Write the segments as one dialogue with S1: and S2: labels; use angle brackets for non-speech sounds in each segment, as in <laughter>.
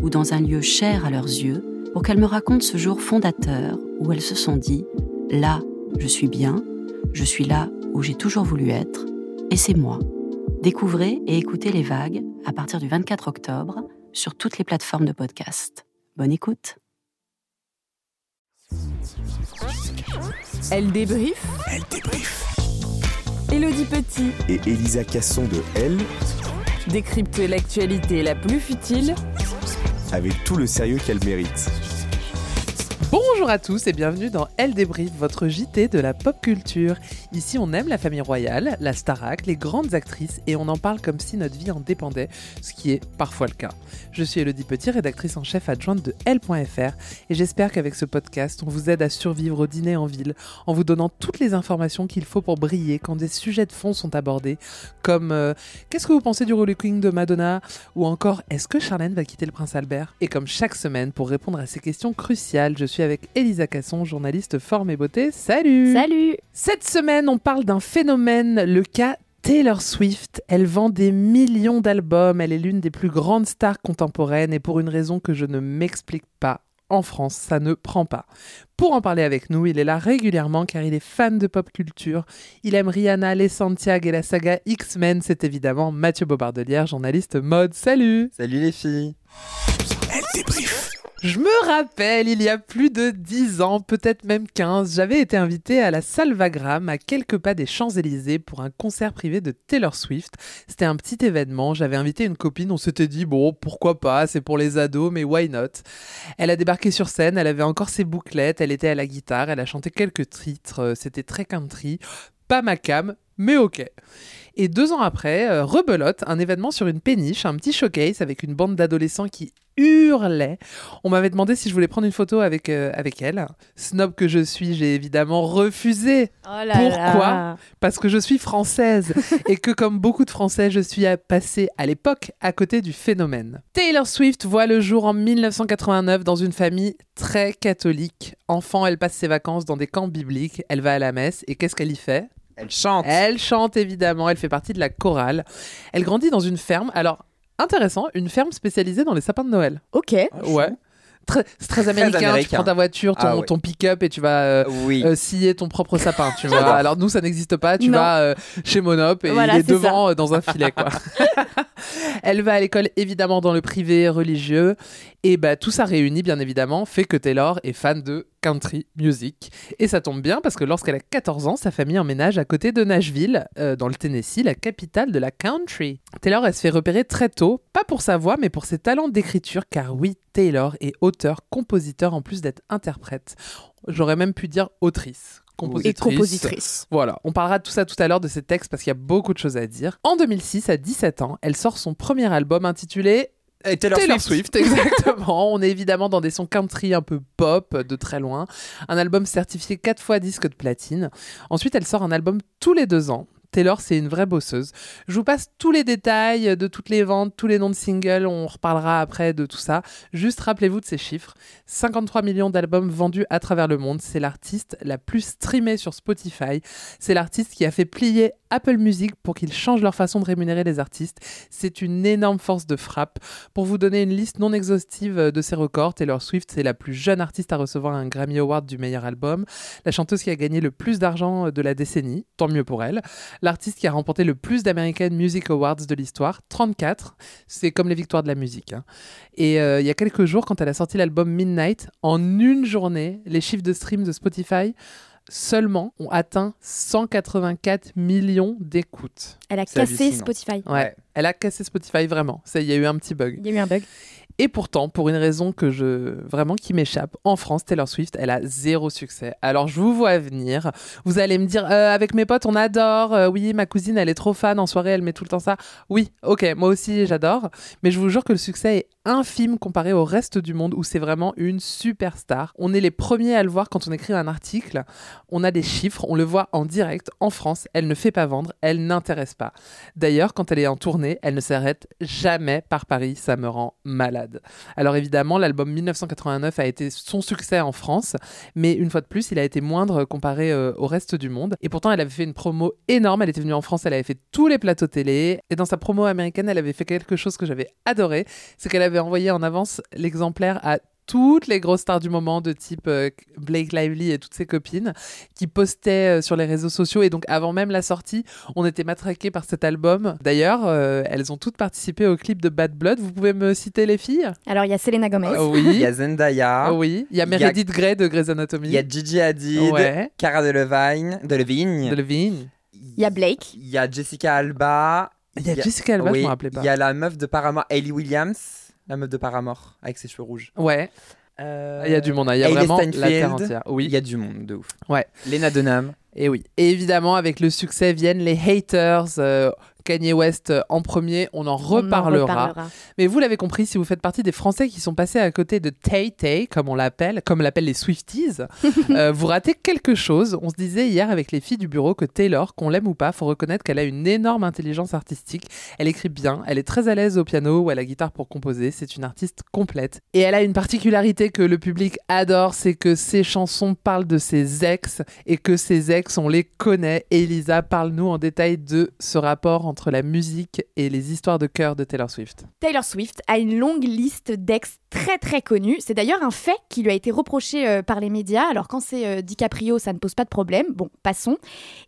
S1: ou dans un lieu cher à leurs yeux pour qu'elles me racontent ce jour fondateur où elles se sont dit ⁇ Là, je suis bien, je suis là où j'ai toujours voulu être, et c'est moi ⁇ Découvrez et écoutez les vagues à partir du 24 octobre sur toutes les plateformes de podcast. Bonne écoute
S2: Elle débrief
S3: Elle débrief.
S2: Elodie Petit
S3: Et Elisa Casson de Elle,
S2: décrypte l'actualité la plus futile
S3: avec tout le sérieux qu'elle mérite.
S4: Bonjour à tous et bienvenue dans Elle débrief, votre JT de la pop culture. Ici, on aime la famille royale, la Starac, les grandes actrices et on en parle comme si notre vie en dépendait, ce qui est parfois le cas. Je suis Elodie Petit, rédactrice en chef adjointe de Elle.fr et j'espère qu'avec ce podcast, on vous aide à survivre au dîner en ville en vous donnant toutes les informations qu'il faut pour briller quand des sujets de fond sont abordés, comme euh, qu'est-ce que vous pensez du Rolling Queen de Madonna ou encore est-ce que Charlène va quitter le prince Albert Et comme chaque semaine, pour répondre à ces questions cruciales, je suis avec Elisa Casson, journaliste forme et beauté. Salut
S5: Salut
S4: Cette semaine, on parle d'un phénomène, le cas Taylor Swift. Elle vend des millions d'albums, elle est l'une des plus grandes stars contemporaines et pour une raison que je ne m'explique pas, en France, ça ne prend pas. Pour en parler avec nous, il est là régulièrement car il est fan de pop culture. Il aime Rihanna, les Santiago et la saga X-Men. C'est évidemment Mathieu Bobardelière, journaliste mode. Salut
S6: Salut les filles
S3: Elle débrief.
S4: je me rappelle, il y a plus de 10 ans, peut-être même 15, j'avais été invitée à la Salvagram, à quelques pas des Champs-Élysées, pour un concert privé de Taylor Swift. C'était un petit événement, j'avais invité une copine, on s'était dit, bon, pourquoi pas, c'est pour les ados, mais why not Elle a débarqué sur scène, elle avait encore ses bouclettes, elle était à la guitare, elle a chanté quelques titres, euh, c'était très country, pas ma cam, mais ok. Et deux ans après, euh, rebelote, un événement sur une péniche, un petit showcase avec une bande d'adolescents qui hurlaient. On m'avait demandé si je voulais prendre une photo avec, euh, avec elle. Snob que je suis, j'ai évidemment refusé Pourquoi parce que je suis française et que comme beaucoup de Français, je suis à- passée à l'époque à côté du phénomène. Taylor Swift voit le jour en 1989 dans une famille très catholique. Enfant, elle passe ses vacances dans des camps bibliques, elle va à la messe et qu'est-ce qu'elle y fait
S6: Elle chante
S4: Elle chante évidemment, elle fait partie de la chorale. Elle grandit dans une ferme, alors intéressant, une ferme spécialisée dans les sapins de Noël.
S2: Ok.
S4: ouais. Très, c'est très américain, tu
S6: Ah, américain.
S4: prends ta voiture, ton,
S6: Ah ouais. Ah
S4: ton pick-up et tu vas euh,
S6: Oui.
S4: euh, scier ton propre sapin, tu vois.
S6: J'adore.
S4: Alors nous, ça n'existe pas. Tu
S2: Non.
S4: vas euh, chez Monop et
S2: Voilà,
S4: il est
S2: c'est
S4: devant euh, dans un
S2: <laughs>
S4: filet, quoi. <laughs> Elle va à l'école, évidemment, dans le privé religieux. Et bah, tout ça réuni, bien évidemment, fait que Taylor est fan de country music. Et ça tombe bien parce que lorsqu'elle a 14 ans, sa famille emménage à côté de Nashville, euh, dans le Tennessee, la capitale de la country. Taylor, elle se fait repérer très tôt, pas pour sa voix, mais pour ses talents d'écriture, car oui, Taylor est auteur, compositeur, en plus d'être interprète. J'aurais même pu dire autrice.
S2: Et compositrice.
S4: Voilà, on parlera de tout ça tout à l'heure de ses textes parce qu'il y a beaucoup de choses à dire. En 2006, à 17 ans, elle sort son premier album intitulé
S6: Et Taylor,
S4: Taylor
S6: Swift.
S4: Swift, exactement. <laughs> On est évidemment dans des sons country un peu pop de très loin. Un album certifié 4 fois disque de platine. Ensuite, elle sort un album tous les deux ans. Taylor, c'est une vraie bosseuse. Je vous passe tous les détails de toutes les ventes, tous les noms de singles. On reparlera après de tout ça. Juste rappelez-vous de ces chiffres. 53 millions d'albums vendus à travers le monde. C'est l'artiste la plus streamée sur Spotify. C'est l'artiste qui a fait plier Apple Music pour qu'ils changent leur façon de rémunérer les artistes. C'est une énorme force de frappe. Pour vous donner une liste non exhaustive euh, de ses records, Taylor Swift, c'est la plus jeune artiste à recevoir un Grammy Award du meilleur album, la chanteuse qui a gagné le plus d'argent euh, de la décennie, tant mieux pour elle, l'artiste qui a remporté le plus d'American Music Awards de l'histoire, 34. C'est comme les victoires de la musique. hein. Et euh, il y a quelques jours, quand elle a sorti l'album Midnight, en une journée, les chiffres de stream de Spotify seulement ont atteint 184 millions d'écoutes.
S6: Elle a
S7: C'est
S6: cassé
S7: hallucinant.
S6: Spotify.
S4: Ouais. Elle a cassé Spotify vraiment. Ça, il y a eu un petit bug.
S6: Il y a eu un bug.
S4: Et pourtant, pour une raison que je vraiment qui m'échappe, en France, Taylor Swift, elle a zéro succès. Alors je vous vois venir. Vous allez me dire, Euh, avec mes potes, on adore. Euh, oui, ma cousine, elle est trop fan. En soirée, elle met tout le temps ça. Oui, ok, moi aussi, j'adore. Mais je vous jure que le succès est infime comparé au reste du monde où c'est vraiment une superstar. On est les premiers à le voir quand on écrit un article. On a des chiffres, on le voit en direct. En France, elle ne fait pas vendre, elle n'intéresse pas. D'ailleurs, quand elle est en tournée, elle ne s'arrête jamais par Paris, ça me rend malade. Alors évidemment, l'album 1989 a été son succès en France, mais une fois de plus, il a été moindre comparé euh, au reste du monde. Et pourtant, elle avait fait une promo énorme, elle était venue en France, elle avait fait tous les plateaux télé, et dans sa promo américaine, elle avait fait quelque chose que j'avais adoré, c'est qu'elle avait envoyé en avance l'exemplaire à toutes les grosses stars du moment de type euh, Blake Lively et toutes ses copines qui postaient euh, sur les réseaux sociaux et donc avant même la sortie on était matraqués par cet album. D'ailleurs, euh, elles ont toutes participé au clip de Bad Blood. Vous pouvez me citer les filles
S6: Alors, il y a Selena Gomez.
S4: Oh
S7: Il
S4: Oui.
S7: y a Zendaya,
S4: Oh oui. Il y a
S7: Il y a-
S4: Meredith Grey de Grey's Anatomy.
S7: il y a Gigi Hadid,
S4: Ouais.
S7: Cara Delevingne, Delevingne,
S4: De Levine.
S6: Il y a Blake.
S7: il y a Jessica Alba,
S4: Il y a Jessica Alba,
S7: oui,
S4: je m'en rappelais pas.
S7: Il y a la meuf de Paramore, Hayley Williams, la meuf de Paramore avec ses cheveux rouges.
S4: Ouais. Il y a du monde. hein. Il y a
S7: Hayley
S4: vraiment la
S7: Euh, Steinfeld.
S4: terre entière. Oui.
S7: Il y a du monde, de ouf.
S4: Ouais.
S7: Lena Dunham.
S4: Et oui. Et évidemment, avec le succès viennent les haters. euh, Kanye West euh, en premier, on en
S6: On en
S4: reparlera. Mais vous l'avez compris, si vous faites partie des Français qui sont passés à côté de Tay Tay, comme on l'appelle, comme l'appellent les Swifties, euh, vous ratez quelque chose. On se disait hier avec les filles du bureau que Taylor, qu'on l'aime ou pas, faut reconnaître qu'elle a une énorme intelligence artistique. Elle écrit bien, elle est très à l'aise au piano ou à la guitare pour composer. C'est une artiste complète. Et elle a une particularité que le public adore, c'est que ses chansons parlent de ses ex et que ses ex, on les connaît. Elisa, parle-nous en détail de ce rapport entre la musique et les histoires de cœur de Taylor Swift.
S6: Taylor Swift a une longue liste d'ex très très connus. C'est d'ailleurs un fait qui lui a été reproché euh, par les médias. Alors quand c'est euh, DiCaprio, ça ne pose pas de problème. Bon, passons.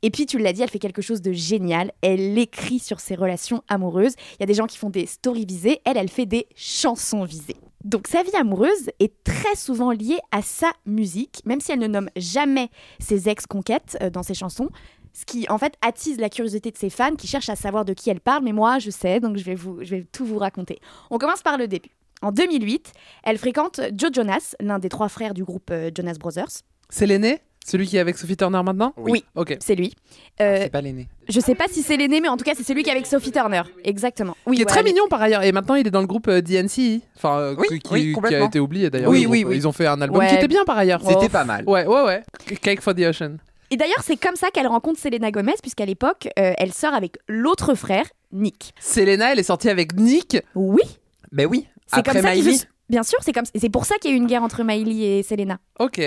S6: Et puis tu l'as dit, elle fait quelque chose de génial. Elle écrit sur ses relations amoureuses. Il y a des gens qui font des stories visées. Elle, elle fait des chansons visées. Donc sa vie amoureuse est très souvent liée à sa musique, même si elle ne nomme jamais ses ex-conquêtes euh, dans ses chansons. Ce qui, en fait, attise la curiosité de ses fans qui cherchent à savoir de qui elle parle. Mais moi, je sais, donc je vais, vous, je vais tout vous raconter. On commence par le début. En 2008, elle fréquente Joe Jonas, l'un des trois frères du groupe euh, Jonas Brothers.
S4: C'est l'aîné Celui qui est avec Sophie Turner maintenant
S6: Oui.
S4: Ok.
S6: C'est lui.
S4: Ah,
S6: Euh,
S7: C'est pas l'aîné.
S6: je sais pas si c'est l'aîné, mais en tout cas, c'est celui qui est avec Sophie Turner. Exactement. Oui,
S4: qui est
S6: voilà,
S4: très mignon par ailleurs. Et maintenant, il est dans le groupe euh, DNC. Enfin, euh,
S7: Oui,
S4: qui- qui,
S7: oui,
S4: qui a
S7: complètement.
S4: été oublié d'ailleurs.
S7: Oui,
S4: le
S7: oui,
S4: groupe.
S7: oui.
S4: Ils ont fait un album
S6: Ouais.
S4: qui était bien par ailleurs. Oh.
S7: C'était pas mal.
S4: Ouais, ouais, ouais. Cake for the Ocean.
S6: Et d'ailleurs, c'est comme ça qu'elle rencontre Selena Gomez, puisqu'à l'époque, euh, elle sort avec l'autre frère, Nick.
S4: Selena, elle est sortie avec Nick.
S6: Oui,
S7: Ben oui.
S6: c'est
S7: Après
S6: comme ça qu'ils
S7: Miley.
S6: se- Bien sûr, c'est comme et c'est pour ça qu'il y a eu une guerre entre Miley et Selena.
S4: Ok.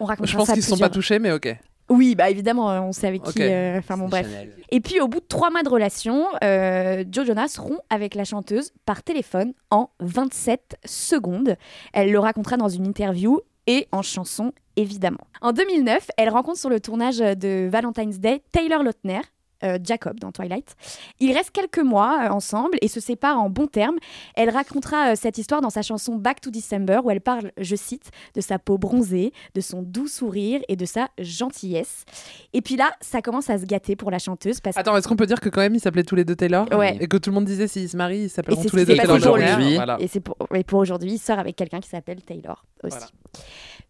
S6: On raconte
S4: Je pense
S6: ça à
S4: qu'ils se sont pas
S6: plusieurs.
S4: touchés, mais ok.
S6: Oui, bah évidemment, euh, on sait avec
S4: Ok.
S6: qui. euh, Enfin bon, bref.
S7: Chanel.
S6: Et puis, au bout de trois mois de relation, euh, Joe Jonas rompt avec la chanteuse par téléphone en 27 secondes. Elle le racontera dans une interview et en chanson, évidemment. En 2009, elle rencontre sur le tournage de Valentine's Day Taylor Lautner. euh, Jacob dans Twilight. Ils restent quelques mois euh, ensemble et se séparent en bons termes. Elle racontera euh, cette histoire dans sa chanson Back to December où elle parle, je cite, de sa peau bronzée, de son doux sourire et de sa gentillesse. Et puis là, ça commence à se gâter pour la chanteuse parce que
S4: Attends, est-ce qu'on peut dire que quand même, ils s'appelaient tous les deux Taylor
S6: Ouais.
S4: Et que tout le monde disait s'ils se marient, ils s'appelleront
S6: Et c'est
S4: tous
S6: ce
S4: les
S6: qui
S4: deux
S6: s'est
S4: Taylor
S6: passé
S4: Swift.
S7: aujourd'hui.
S4: Voilà.
S6: Et c'est pour, et pour aujourd'hui, il sort avec quelqu'un qui s'appelle Taylor aussi.
S4: Voilà.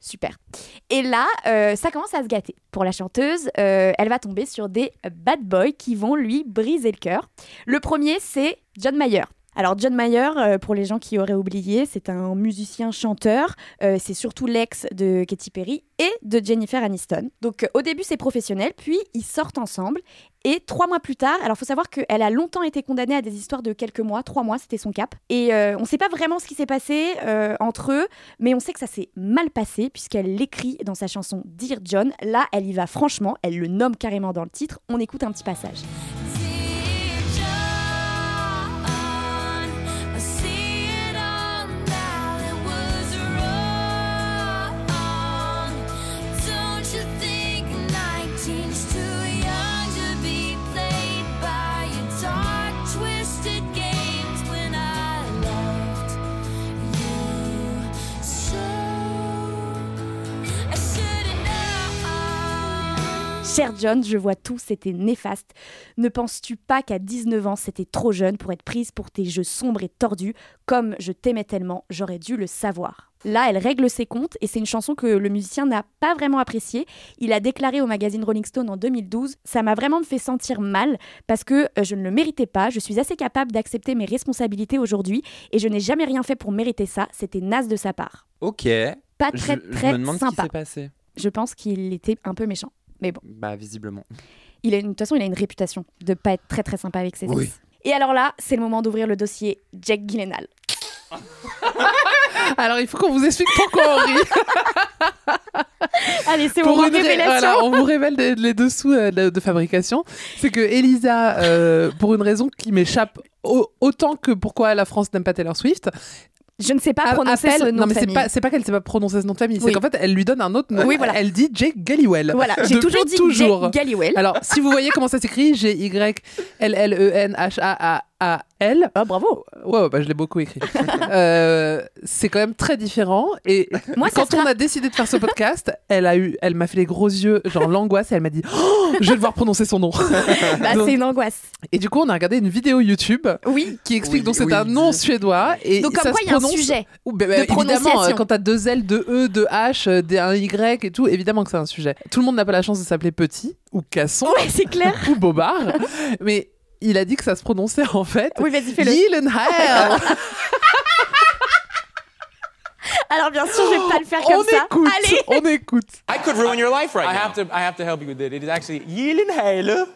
S6: Super. Et là, euh, ça commence à se gâter. Pour la chanteuse, euh, elle va tomber sur des bad boys qui vont lui briser le cœur. Le premier, c'est John Mayer. Alors John Mayer, euh, pour les gens qui auraient oublié, c'est un musicien chanteur. Euh, c'est surtout l'ex de Katy Perry et de Jennifer Aniston. Donc euh, au début c'est professionnel, puis ils sortent ensemble. Et trois mois plus tard, alors faut savoir qu'elle a longtemps été condamnée à des histoires de quelques mois, trois mois c'était son cap. Et euh, on ne sait pas vraiment ce qui s'est passé euh, entre eux, mais on sait que ça s'est mal passé puisqu'elle l'écrit dans sa chanson Dear John. Là, elle y va franchement, elle le nomme carrément dans le titre. On écoute un petit passage.
S8: Don't you think 19's too young to be
S6: Cher John, je vois tout, c'était néfaste. Ne penses-tu pas qu'à 19 ans, c'était trop jeune pour être prise pour tes jeux sombres et tordus Comme je t'aimais tellement, j'aurais dû le savoir. Là, elle règle ses comptes et c'est une chanson que le musicien n'a pas vraiment appréciée. Il a déclaré au magazine Rolling Stone en 2012 Ça m'a vraiment fait sentir mal parce que euh, je ne le méritais pas, je suis assez capable d'accepter mes responsabilités aujourd'hui et je n'ai jamais rien fait pour mériter ça, c'était naze de sa part.
S7: Ok.
S6: Pas
S7: Je-
S6: très
S7: je,
S6: très
S7: me demande ce qui
S6: sympa.
S7: s'est passé.
S6: Je pense qu'il était un peu méchant.
S7: Bah, visiblement.
S6: Il a une- de toute façon, il a une réputation de pas être très très sympa avec ses
S7: Oui.
S6: ex. Et alors là, c'est le moment d'ouvrir le dossier Jack Gyllenhaal.
S4: Alors, il faut qu'on vous explique pourquoi on rit.
S6: Allez, c'est
S4: Pour
S6: mon
S4: une ra-
S6: révélation.
S4: voilà, on vous révèle les, les dessous euh, de, de fabrication. C'est que Elisa, euh, pour une raison qui m'échappe au- autant que pourquoi la France n'aime pas Taylor Swift,
S6: Je ne sais pas prononcer
S4: appelle-
S6: ce nom
S4: Ah, non
S6: de
S4: mais c'est
S6: famille.
S4: pas c'est pas qu'elle sait pas prononcer ce nom de famille,
S6: Oui.
S4: c'est qu'en fait elle lui donne un autre nom.
S6: Oui, voilà.
S4: Elle dit Jake Galliwell.
S6: Voilà, j'ai
S4: Depuis
S6: toujours dit
S4: toujours.
S6: Jack Galliwell.
S4: Alors si vous voyez comment ça s'écrit, G Y L L E N H A A A L.
S6: Ah bravo.
S4: Ouais, bah, je l'ai beaucoup écrit. Euh, c'est quand même très différent et
S6: Moi, ça
S4: Ah, quand
S6: sera-
S4: on a décidé de faire ce podcast, elle a eu, elle m'a fait les gros yeux, genre l'angoisse, et elle m'a dit, Oh, je vais devoir prononcer son nom.
S6: Bah,
S4: Donc-
S6: c'est une angoisse.
S4: Et du coup, on a regardé une vidéo YouTube
S6: Oui.
S4: qui explique
S7: Oui,
S4: donc c'est
S7: oui,
S4: un
S7: dis.
S4: nom suédois et
S6: Donc
S4: ça
S6: comme quoi,
S4: se
S6: il y a un
S4: prononce. <laughs>
S6: sujet.
S4: Ou, bah, bah,
S6: de
S4: évidemment,
S6: prononciation.
S4: euh, quand t'as deux L, deux E, deux H, euh, des- un Y et tout, évidemment que c'est un sujet. Tout le monde n'a pas la chance de s'appeler Petit ou Casson
S6: Ouais, c'est clair.
S4: ou Bobard, mais il a dit que ça se prononçait en fait.
S6: Oui, vas-y, fais-le.
S4: Gyllenhaal.
S6: Alors bien sûr, je vais pas le faire
S4: Oh, on
S6: <laughs> comme ça.
S4: écoute,
S6: Allez.
S4: on écoute.
S8: I could ruin your life right now. I have to. I have to help you with it. It is actually Yilin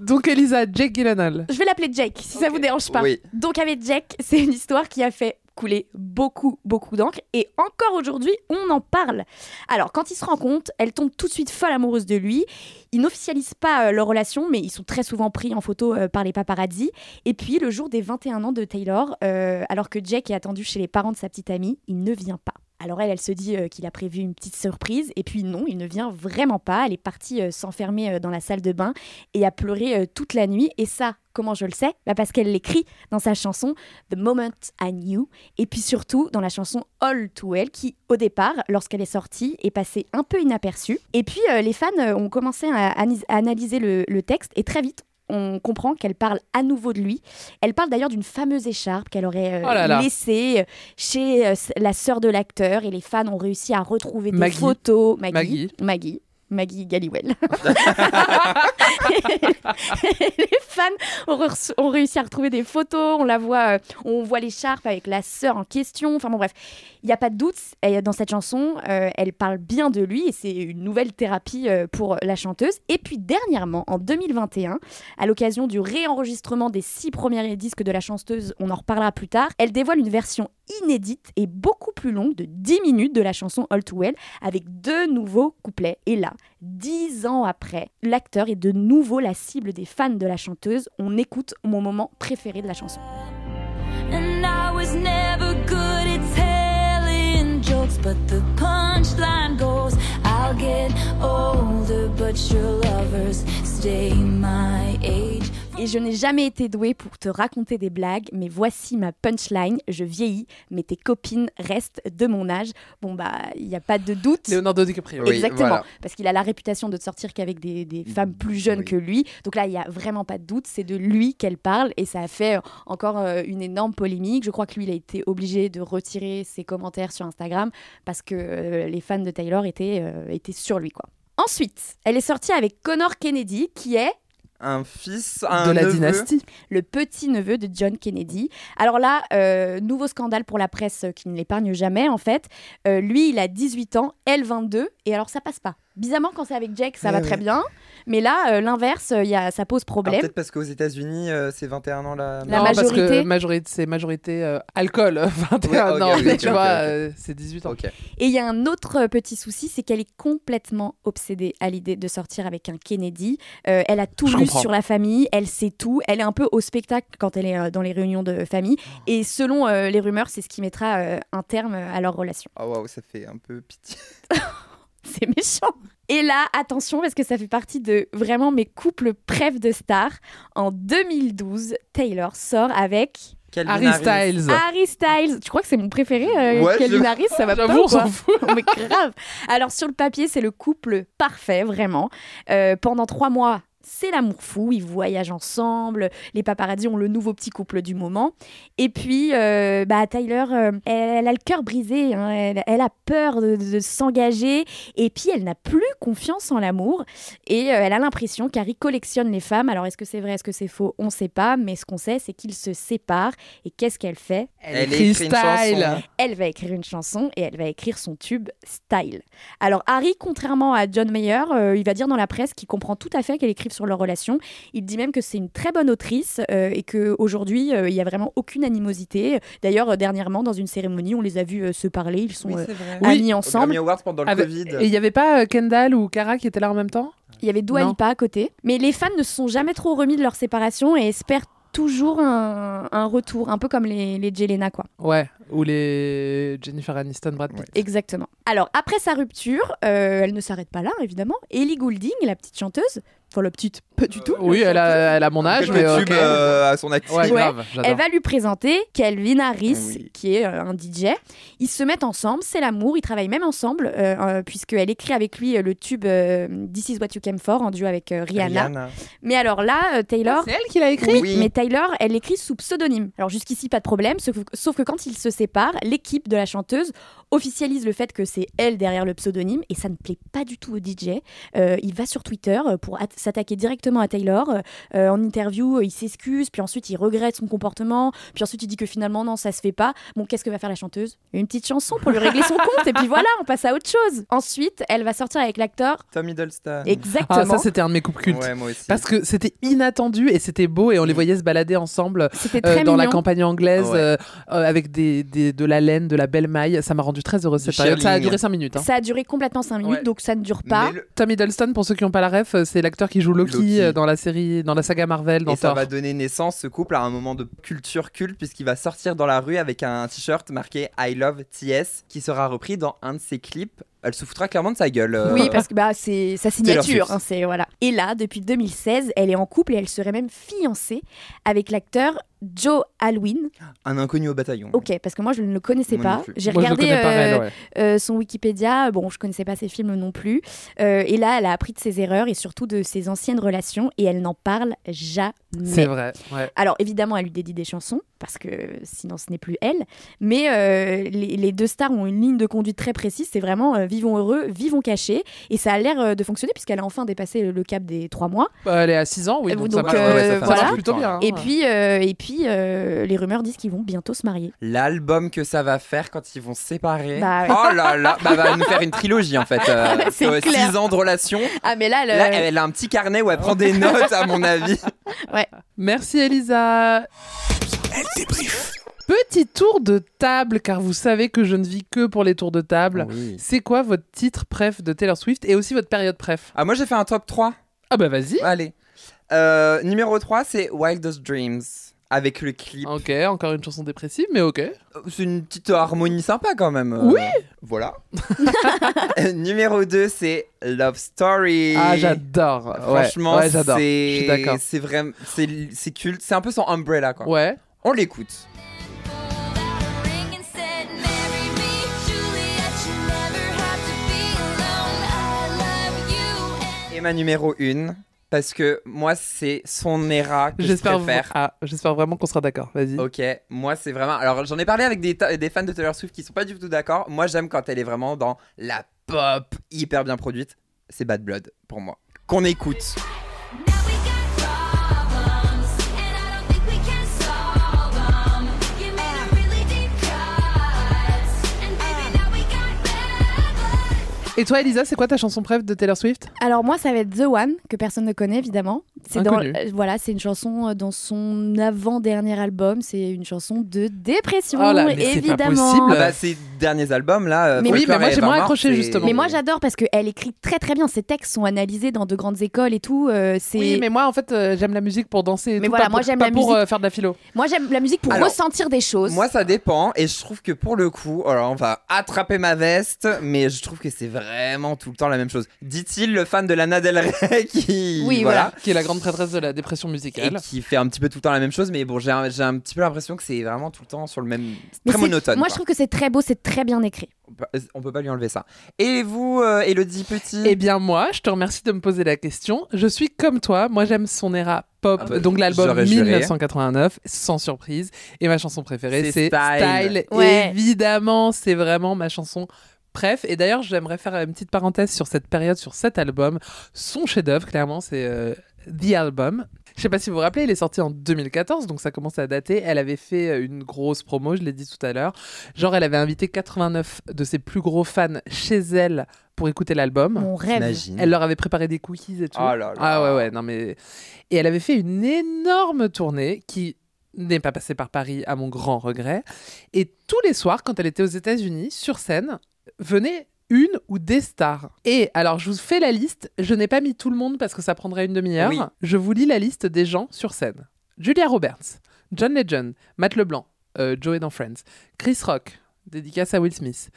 S4: Donc Elisa, Jake Gyllenhaal.
S6: Je vais l'appeler Jake, si ça vous dérange pas.
S7: Oui.
S6: Donc avec Jake, c'est une histoire qui a fait couler beaucoup, beaucoup d'encre. Et encore aujourd'hui, on en parle. Alors, quand ils se rencontrent, elle tombe tout de suite folle amoureuse de lui. Ils n'officialisent pas euh, leur relation, mais ils sont très souvent pris en photo euh, par les paparazzi. Et puis, le jour des 21 ans de Taylor, euh, alors que Jake est attendu chez les parents de sa petite amie, il ne vient pas. Alors elle, elle se dit euh, qu'il a prévu une petite surprise, et puis non, il ne vient vraiment pas. Elle est partie euh, s'enfermer euh, dans la salle de bain et a pleuré euh, toute la nuit. Et ça, comment je le sais bah Parce qu'elle l'écrit dans sa chanson The Moment I Knew, et puis surtout dans la chanson All to Well, qui au départ, lorsqu'elle est sortie, est passée un peu inaperçue. Et puis euh, les fans euh, ont commencé à, anis- à analyser le, le texte, et très vite, on comprend qu'elle parle à nouveau de lui. Elle parle d'ailleurs d'une fameuse écharpe qu'elle aurait euh,
S4: Oh là là.
S6: laissée euh, chez euh, s- la sœur de l'acteur, et les fans ont réussi à retrouver des
S4: Maggie.
S6: photos. Maggie.
S4: Maggie.
S6: Maggie. Maggie Galliwell. <laughs> les fans ont, re- ont réussi à retrouver des photos, on la voit, euh, on voit l'écharpe avec la sœur en question. Enfin bon, bref, il n'y a pas de doute. elle- Dans cette chanson, euh, elle parle bien de lui et c'est une nouvelle thérapie euh, pour la chanteuse. Et puis dernièrement, en 2021, à l'occasion du réenregistrement des six premiers disques de la chanteuse, on en reparlera plus tard, elle dévoile une version inédite et beaucoup plus longue de 10 minutes de la chanson All Too Well avec deux nouveaux couplets. Et là, dix ans après, l'acteur est de nouveau la cible des fans de la chanteuse. On écoute mon moment préféré de la chanson.
S9: And I was never good at telling jokes, but the punchline goes I'll get older, but your lovers stay my age.
S6: Et je n'ai jamais été douée pour te raconter des blagues, mais voici ma punchline. Je vieillis, mais tes copines restent de mon âge. Bon, bah, il n'y a pas de doute.
S4: Leonardo DiCaprio.
S7: Oui,
S6: Exactement,
S7: voilà. Mm,
S6: parce qu'il a la réputation de ne sortir qu'avec des, des femmes plus jeunes
S7: Oui.
S6: que lui. Donc là, il n'y a vraiment pas de doute, c'est de lui qu'elle parle et ça a fait euh, encore euh, une énorme polémique. Je crois que lui, il a été obligé de retirer ses commentaires sur Instagram parce que euh, les fans de Taylor étaient, euh, étaient sur lui. quoi. Ensuite, elle est sortie avec Connor Kennedy, qui est
S7: Un fils, un
S4: de la
S7: neveu.
S4: dynastie.
S6: le petit-neveu de John Kennedy. Alors là, euh, nouveau scandale pour la presse euh, qui ne l'épargne jamais, en fait. Euh, lui, il a 18 ans, elle 22, et alors ça passe pas. Bizarrement, quand c'est avec Jack, ça
S7: Eh
S6: va
S7: ouais.
S6: très bien, mais là, euh, l'inverse, euh, il y a, ça pose
S7: Ah,
S6: problème.
S7: Peut-être parce qu'aux États-Unis, euh, c'est 21 ans la.
S6: La
S4: non, parce
S6: majorité.
S4: que majorité, c'est majorité euh, <laughs> alcool, 21
S7: ok,
S4: ans,
S7: oui,
S4: mais
S7: ok,
S4: tu
S7: ok,
S4: vois,
S7: ok.
S4: euh, c'est 18 ans.
S7: Ok.
S6: Et il y a un autre euh, petit souci, c'est qu'elle est complètement obsédée à l'idée de sortir avec un Kennedy. Euh, elle a tout
S4: Je
S6: lu
S4: comprends.
S6: sur la famille, elle sait tout, elle est un peu au spectacle quand elle est euh, dans les réunions de famille. Et selon euh, les rumeurs, c'est ce qui mettra euh, un terme à leur relation.
S7: Oh waouh, ça fait un peu pitié.
S6: <laughs> C'est méchant. Et là, attention, parce que ça fait partie de vraiment mes couples prêves de stars. En 2012, Taylor sort avec
S7: <laughs> Calvin
S4: Harry
S7: Harris.
S4: Styles.
S6: Harry Styles. Tu crois que c'est mon préféré, euh,
S7: Ouais,
S6: Calvin
S7: je-
S6: Harris Ça va pas
S4: J'avoue,
S6: ou
S4: on s'en
S6: quoi
S4: fout.
S6: <laughs> Mais grave. Alors sur le papier, c'est le couple parfait, vraiment. Euh, pendant trois mois, c'est l'amour fou. Ils voyagent ensemble. Les paparazzi ont le nouveau petit couple du moment. Et puis, euh, bah Tyler, euh, elle, elle a le cœur brisé. hein. Elle, elle a peur de, de s'engager. Et puis, elle n'a plus confiance en l'amour. Et euh, elle a l'impression qu'Harry collectionne les femmes. Alors, est-ce que c'est vrai, est-ce que c'est faux On ne sait pas. Mais ce qu'on sait, c'est qu'ils se séparent. Et qu'est-ce qu'elle fait
S7: Elle
S4: écrit
S7: écrit une chanson.
S4: Style.
S6: elle va écrire une chanson et elle va écrire son tube Style. Alors Harry, contrairement à John Mayer, euh, il va dire dans la presse qu'il comprend tout à fait qu'elle écrive sur leur relation. Il dit même que c'est une très bonne autrice euh, et qu'aujourd'hui, il n'y a vraiment aucune animosité. D'ailleurs, euh, dernièrement, dans une cérémonie, on les a vus euh, se parler, ils sont euh,
S4: Oui.
S6: amis
S7: Au
S6: ensemble.
S7: Grammy Awards pendant le
S4: Avec-
S7: Covid.
S4: Et il n'y avait pas euh, Kendall ou Cara qui étaient là en même temps
S6: Il y avait Dua
S4: Non.
S6: Lipa à côté. Mais les fans ne se sont jamais trop remis de leur séparation et espèrent toujours un, un retour, un peu comme les, les Jelena, quoi.
S4: Ouais. Ou les Jennifer Aniston, Brad Pitt.
S6: Exactement. Alors, après sa rupture, euh, elle ne s'arrête pas là, évidemment. Ellie Goulding, la petite chanteuse, enfin la petite, pas du tout.
S7: Euh,
S4: Oui, elle a, elle a mon âge,
S7: Quelques
S4: mais euh,
S7: tubes
S4: ok.
S7: euh, à son actif.
S4: Ouais,
S6: Ouais.
S4: grave,
S6: Elle
S4: j'adore.
S6: va lui présenter Calvin Harris,
S7: Oui.
S6: qui est euh, un DJ. Ils se mettent ensemble, c'est l'amour, ils travaillent même ensemble, euh, euh, puisqu'elle écrit avec lui euh, le tube euh, This is what you came for en duo avec euh, Rihanna. Mais alors là, euh, Taylor.
S4: C'est elle qui l'a écrit
S6: Oui,
S7: Oui.
S6: mais Taylor, elle écrit sous pseudonyme. Alors jusqu'ici, pas de problème, sauf sauf que quand ils se séparent, l'équipe de la chanteuse officialise le fait que c'est elle derrière le pseudonyme et ça ne plaît pas du tout au DJ. Euh, il va sur Twitter euh, pour at- s'attaquer directement à Taylor. Euh, en interview, euh, il s'excuse, puis ensuite il regrette son comportement, puis ensuite il dit que finalement non, ça se fait pas. Bon, qu'est-ce que va faire la chanteuse Une petite chanson pour lui
S4: <laughs>
S6: régler son compte et puis voilà, on passe à autre chose. Ensuite, elle va sortir avec l'acteur.
S7: Tom Hiddleston.
S6: Exactement.
S4: Ah, ça, c'était un de mes couples cultes.
S7: Ouais, moi aussi.
S4: Parce que c'était inattendu et c'était beau
S6: Mm.
S4: et on les voyait se balader ensemble
S6: C'était
S4: euh,
S6: très
S4: dans la
S6: mignon.
S4: campagne anglaise
S7: Ouais.
S4: euh, euh, avec des, des- de la laine, de la belle maille. Ça m'a rendu très heureuse
S7: Du
S4: cette période. Ça a
S7: shearling.
S4: duré 5 minutes. hein.
S6: Ça a duré complètement 5 minutes,
S4: Ouais.
S6: donc ça ne dure pas.
S7: Mais le-
S4: Tom Hiddleston, pour ceux qui n'ont pas la ref, euh, c'est l'acteur qui joue Loki,
S7: Loki.
S4: euh, dans la série, dans la saga Marvel, dans
S7: Et ça
S4: Thor.
S7: va donner naissance, ce couple, à un moment de culture culte, puisqu'il va sortir dans la rue avec un t-shirt marqué I Love TS, qui sera repris dans un de ses clips. Elle se foutra clairement de sa gueule. euh,
S6: Oui, parce que bah, c'est sa
S7: Taylor
S6: signature.
S7: Swift.
S6: hein, c'est, voilà. Et là, depuis 2016, elle est en couple et elle serait même fiancée avec l'acteur Joe Alwyn.
S7: Un inconnu au bataillon.
S6: Ok, parce que moi, je ne le connaissais
S7: Moi non
S6: pas.
S7: plus.
S6: J'ai
S4: Moi, je le
S6: regardé
S4: connais par
S6: euh,
S4: elle, ouais.
S6: euh, son Wikipédia. Bon, je connaissais pas ses films non plus. Euh, et là, elle a appris de ses erreurs et surtout de ses anciennes relations et elle n'en parle
S4: C'est
S6: jamais.
S4: vrai. ouais.
S6: Alors évidemment, elle lui dédie des chansons, parce que sinon ce n'est plus elle. Mais euh, les, les deux stars ont une ligne de conduite très précise, c'est vraiment euh, vivons heureux, vivons cachés. Et ça a l'air euh, de fonctionner, puisqu'elle a enfin dépassé le, le cap des trois mois.
S4: Bah, elle est à 6 ans, oui.
S6: Euh,
S4: Donc, ça
S6: donc,
S4: marche,
S6: euh,
S4: ouais, ça fait- ça
S6: voilà.
S4: marche plutôt bien. hein.
S6: Et puis, euh, et puis euh, les rumeurs disent qu'ils vont bientôt se marier.
S7: L'album que ça va faire quand ils vont se séparer.
S6: Bah ouais.
S7: Oh là là, bah, va nous faire une trilogie en fait.
S6: <laughs>
S7: euh,
S6: C'est
S7: sur, euh,
S6: clair.
S7: Six ans de relation.
S6: Ah mais là,
S7: Là, elle a un petit carnet où elle
S6: <laughs>
S7: prend des notes, à mon avis.
S4: Merci Elisa.
S3: Elle débrief.
S4: Petit tour de table, car vous savez que je ne vis que pour les tours de table.
S7: Oui.
S4: C'est quoi votre titre préf de Taylor Swift et aussi votre période préf
S7: Ah, moi j'ai fait un top 3.
S4: Ah bah vas-y.
S7: Allez. Euh, numéro 3, c'est Wildest Dreams. Avec le clip.
S4: Ok, encore une chanson dépressive, mais ok.
S7: C'est une petite harmonie sympa quand même. euh,
S4: Oui.
S7: Voilà.
S6: <laughs>
S7: Euh, Numéro 2, c'est Love Story.
S4: Ah j'adore. Ouais,
S7: Franchement,
S4: ouais, j'adore. Je suis
S7: c'est
S4: d'accord.
S7: c'est vraiment c'est c'est culte, c'est un peu son umbrella quoi.
S4: Ouais.
S7: On l'écoute. Et ma numéro 1 parce que moi c'est son era que je
S4: J'espère.
S7: préfère.
S4: Ah, j'espère vraiment qu'on sera d'accord. Vas-y.
S7: Ok, moi c'est vraiment. Alors j'en ai parlé avec des, ta- des fans de Taylor Swift qui sont pas du tout d'accord. Moi j'aime quand elle est vraiment dans la pop hyper bien produite. C'est Bad Blood pour moi. Qu'on écoute.
S4: Et toi Elisa, c'est quoi ta chanson préf de Taylor Swift
S6: Alors moi, ça va être The One, que personne ne connaît évidemment. C'est dans,
S4: Inconnu.
S6: euh, voilà, c'est une chanson euh, dans son avant-dernier album. C'est une chanson de dépression,
S4: Oh là, mais c'est pas
S6: évidemment.
S4: possible.
S7: Ah bah ces derniers albums là. euh,
S6: Mais
S4: oui,
S7: Folklore
S4: mais moi,
S7: et
S4: j'ai moins
S7: Evermore,
S4: accroché,
S7: c'est-
S4: justement.
S6: Mais moi j'adore parce qu'elle écrit très très bien. Ses textes sont analysés dans de grandes écoles et tout. euh, c'est...
S4: Oui, mais moi en fait euh, j'aime la musique pour danser. et
S6: Mais
S4: tout,
S6: voilà,
S4: pas
S6: moi,
S4: pour-
S6: j'aime
S4: pas
S6: la
S4: pour
S6: musique.
S4: euh, faire de la philo.
S6: Moi j'aime la musique pour
S7: Alors,
S6: ressentir des choses.
S7: Moi ça dépend et je trouve que pour le coup, alors on va attraper ma veste, mais je trouve que c'est vraiment tout le temps la même chose. Dit-il le fan de Lana Del Rey <laughs> qui,
S4: Oui,
S7: voilà,
S4: voilà. Qui est la grande prêtresse de la dépression
S7: et
S4: musicale.
S7: qui fait un petit peu tout le temps la même chose, mais bon, j'ai un, j'ai un petit peu l'impression que c'est vraiment tout le temps sur le même.
S6: Mais
S7: Très
S6: c'est-
S7: monotone.
S6: Moi,
S7: quoi.
S6: je trouve que c'est très beau, c'est très bien écrit.
S7: On peut- euh, On peut pas lui enlever ça. Et vous, euh, Elodie Petit
S4: Eh bien moi, je te remercie de me poser la question. Je suis comme toi, moi j'aime son era pop,
S7: Ah bah,
S4: donc l'album
S7: j'aurais juré.
S4: 1989, sans surprise. Et ma chanson préférée,
S7: C'est
S4: c'est
S7: Style.
S4: Style.
S6: Ouais.
S4: Évidemment, c'est vraiment ma chanson. Bref, et d'ailleurs j'aimerais faire une petite parenthèse sur cette période, sur cet album. Son chef-d'œuvre, clairement, c'est euh, The Album. Je sais pas si vous vous rappelez, il est sorti en 2014, donc ça commence à dater. Elle avait fait euh, une grosse promo, je l'ai dit tout à l'heure. Genre, elle avait invité 89 de ses plus gros fans chez elle pour écouter l'album.
S6: Mon rêve.
S7: T'imagines
S4: Elle leur avait préparé des cookies et tout.
S7: Oh là là.
S4: Ah ouais, ouais, non mais. Et elle avait fait une énorme tournée qui n'est pas passée par Paris, à mon grand regret. Et tous les soirs, quand elle était aux États-Unis, sur scène, venaient une ou des stars. Et alors, je vous fais la liste. Je n'ai pas mis tout le monde parce que ça prendrait une demi-heure.
S7: Oui.
S4: Je vous lis la liste des gens sur scène Julia Roberts, John Legend, Matt LeBlanc, euh, Joey dans Friends, Chris Rock. Dédicace à Will Smith.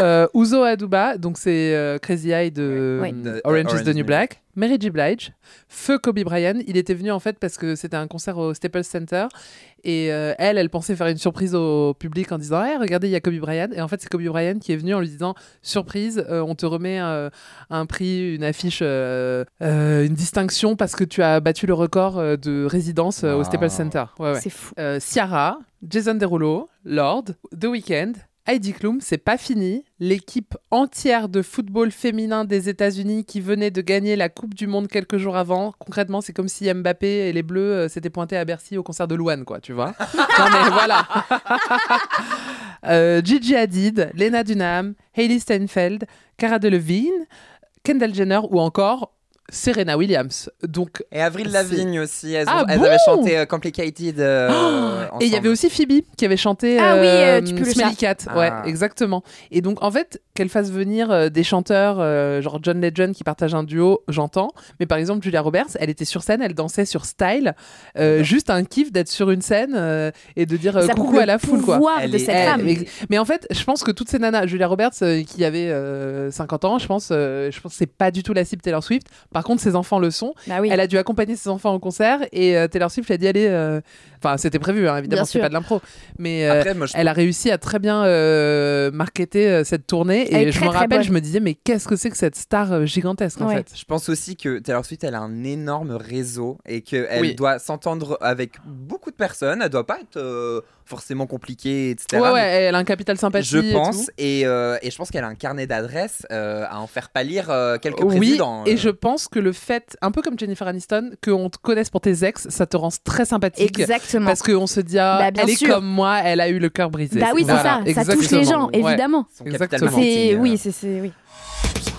S4: euh, Uzo Aduba, donc c'est euh, Crazy Eye de
S6: Ouais.
S4: euh,
S7: De- de
S4: Orange,
S7: Orange
S4: is the New Black. Mary J. Blige, Feu Kobe Bryant. Il était venu en fait parce que c'était un concert au Staples Center et euh, elle, elle pensait faire une surprise au public en disant Eh, regardez, il y a Kobe Bryant. Et en fait, c'est Kobe Bryant qui est venu en lui disant Surprise, euh, on te remet euh, un prix, une affiche, euh, euh, une distinction parce que tu as battu le record euh, de résidence euh, au
S7: Wow.
S4: Staples Center. Ouais, ouais.
S6: C'est fou.
S4: Euh, Ciara, Jason Derulo, Lord, The Weeknd, Heidi Klum, c'est pas fini. L'équipe entière de football féminin des États-Unis qui venait de gagner la Coupe du Monde quelques jours avant. Concrètement, c'est comme si Mbappé et les Bleus euh, s'étaient pointés à Bercy au concert de Louane, quoi, tu vois. non mais voilà. <laughs> Euh, Gigi Hadid, Lena Dunham, Hailey Steinfeld, Cara Delevingne, Kendall Jenner ou encore Serena Williams. Donc
S7: Et Avril
S4: C'est-
S7: Lavigne aussi, elles, ont-
S4: Ah
S7: elles
S4: bon Oh
S7: avaient chanté euh, Complicated. euh,
S4: <gasps> Et il y
S7: ensemble.
S4: avait aussi Phoebe qui avait chanté
S6: Ah oui, euh, tu peux le
S4: Smelly Cat. Ouais,
S7: Ah.
S4: exactement. Et donc, en fait, qu'elle fasse venir euh, des chanteurs, euh, genre John Legend qui partage un duo, j'entends. Mais par exemple, Julia Roberts, elle était sur scène, elle dansait sur Style. Euh, juste un kiff d'être sur une scène euh, et de dire euh,
S6: Ça prouve
S4: coucou à la
S6: le
S4: foule, quoi.
S6: pouvoir
S7: Elle
S6: de
S7: est-
S6: cette
S4: Elle-
S6: femme.
S4: mais, mais en fait, je pense que toutes ces nanas, Julia Roberts euh, qui avait euh, 50 ans, je pense, euh, je pense que c'est pas du tout la cible Taylor Swift. Par contre, ses enfants le sont.
S6: Bah oui.
S4: Elle a dû accompagner ses enfants au concert et euh, Taylor Swift a dit allez. euh, Enfin, c'était prévu, hein, évidemment,
S6: Bien
S4: c'est
S6: sûr.
S4: pas de l'impro. Mais euh,
S7: Après, moi, je
S4: elle a réussi à très bien euh, marketer euh, cette tournée et
S6: Elle est
S4: je
S6: très,
S4: me
S6: très
S4: rappelle,
S6: bonne.
S4: je me disais mais qu'est-ce que c'est que cette star euh, gigantesque en
S6: Ouais.
S4: fait
S7: Je pense aussi que Taylor Swift, elle a un énorme réseau et qu'elle
S4: Oui.
S7: doit s'entendre avec beaucoup de personnes. Elle doit pas être euh, forcément compliquée, etc.
S4: Ouais, ouais,
S7: Mais
S4: elle a un capital sympathie. et
S7: je pense.
S4: tout.
S7: Et, euh, et je pense qu'elle a un carnet d'adresses euh, à en faire pâlir euh, quelques
S4: Oui,
S7: présidents. euh.
S4: et je pense que le fait, un peu comme Jennifer Aniston, qu'on te connaisse pour tes ex, ça te rend très sympathique.
S6: Exactement.
S4: Parce qu'on se dit, ah,
S6: Bah, bien
S4: elle est
S6: sûr.
S4: comme moi, elle a eu le cœur brisé.
S6: Bah oui, c'est
S4: Voilà,
S6: ça. Ça touche les
S4: exactement.
S6: gens,
S4: Ouais.
S6: évidemment.
S7: Son capital
S4: exactement.
S6: C'est
S7: marketing, euh.
S6: oui, c'est- c'est oui.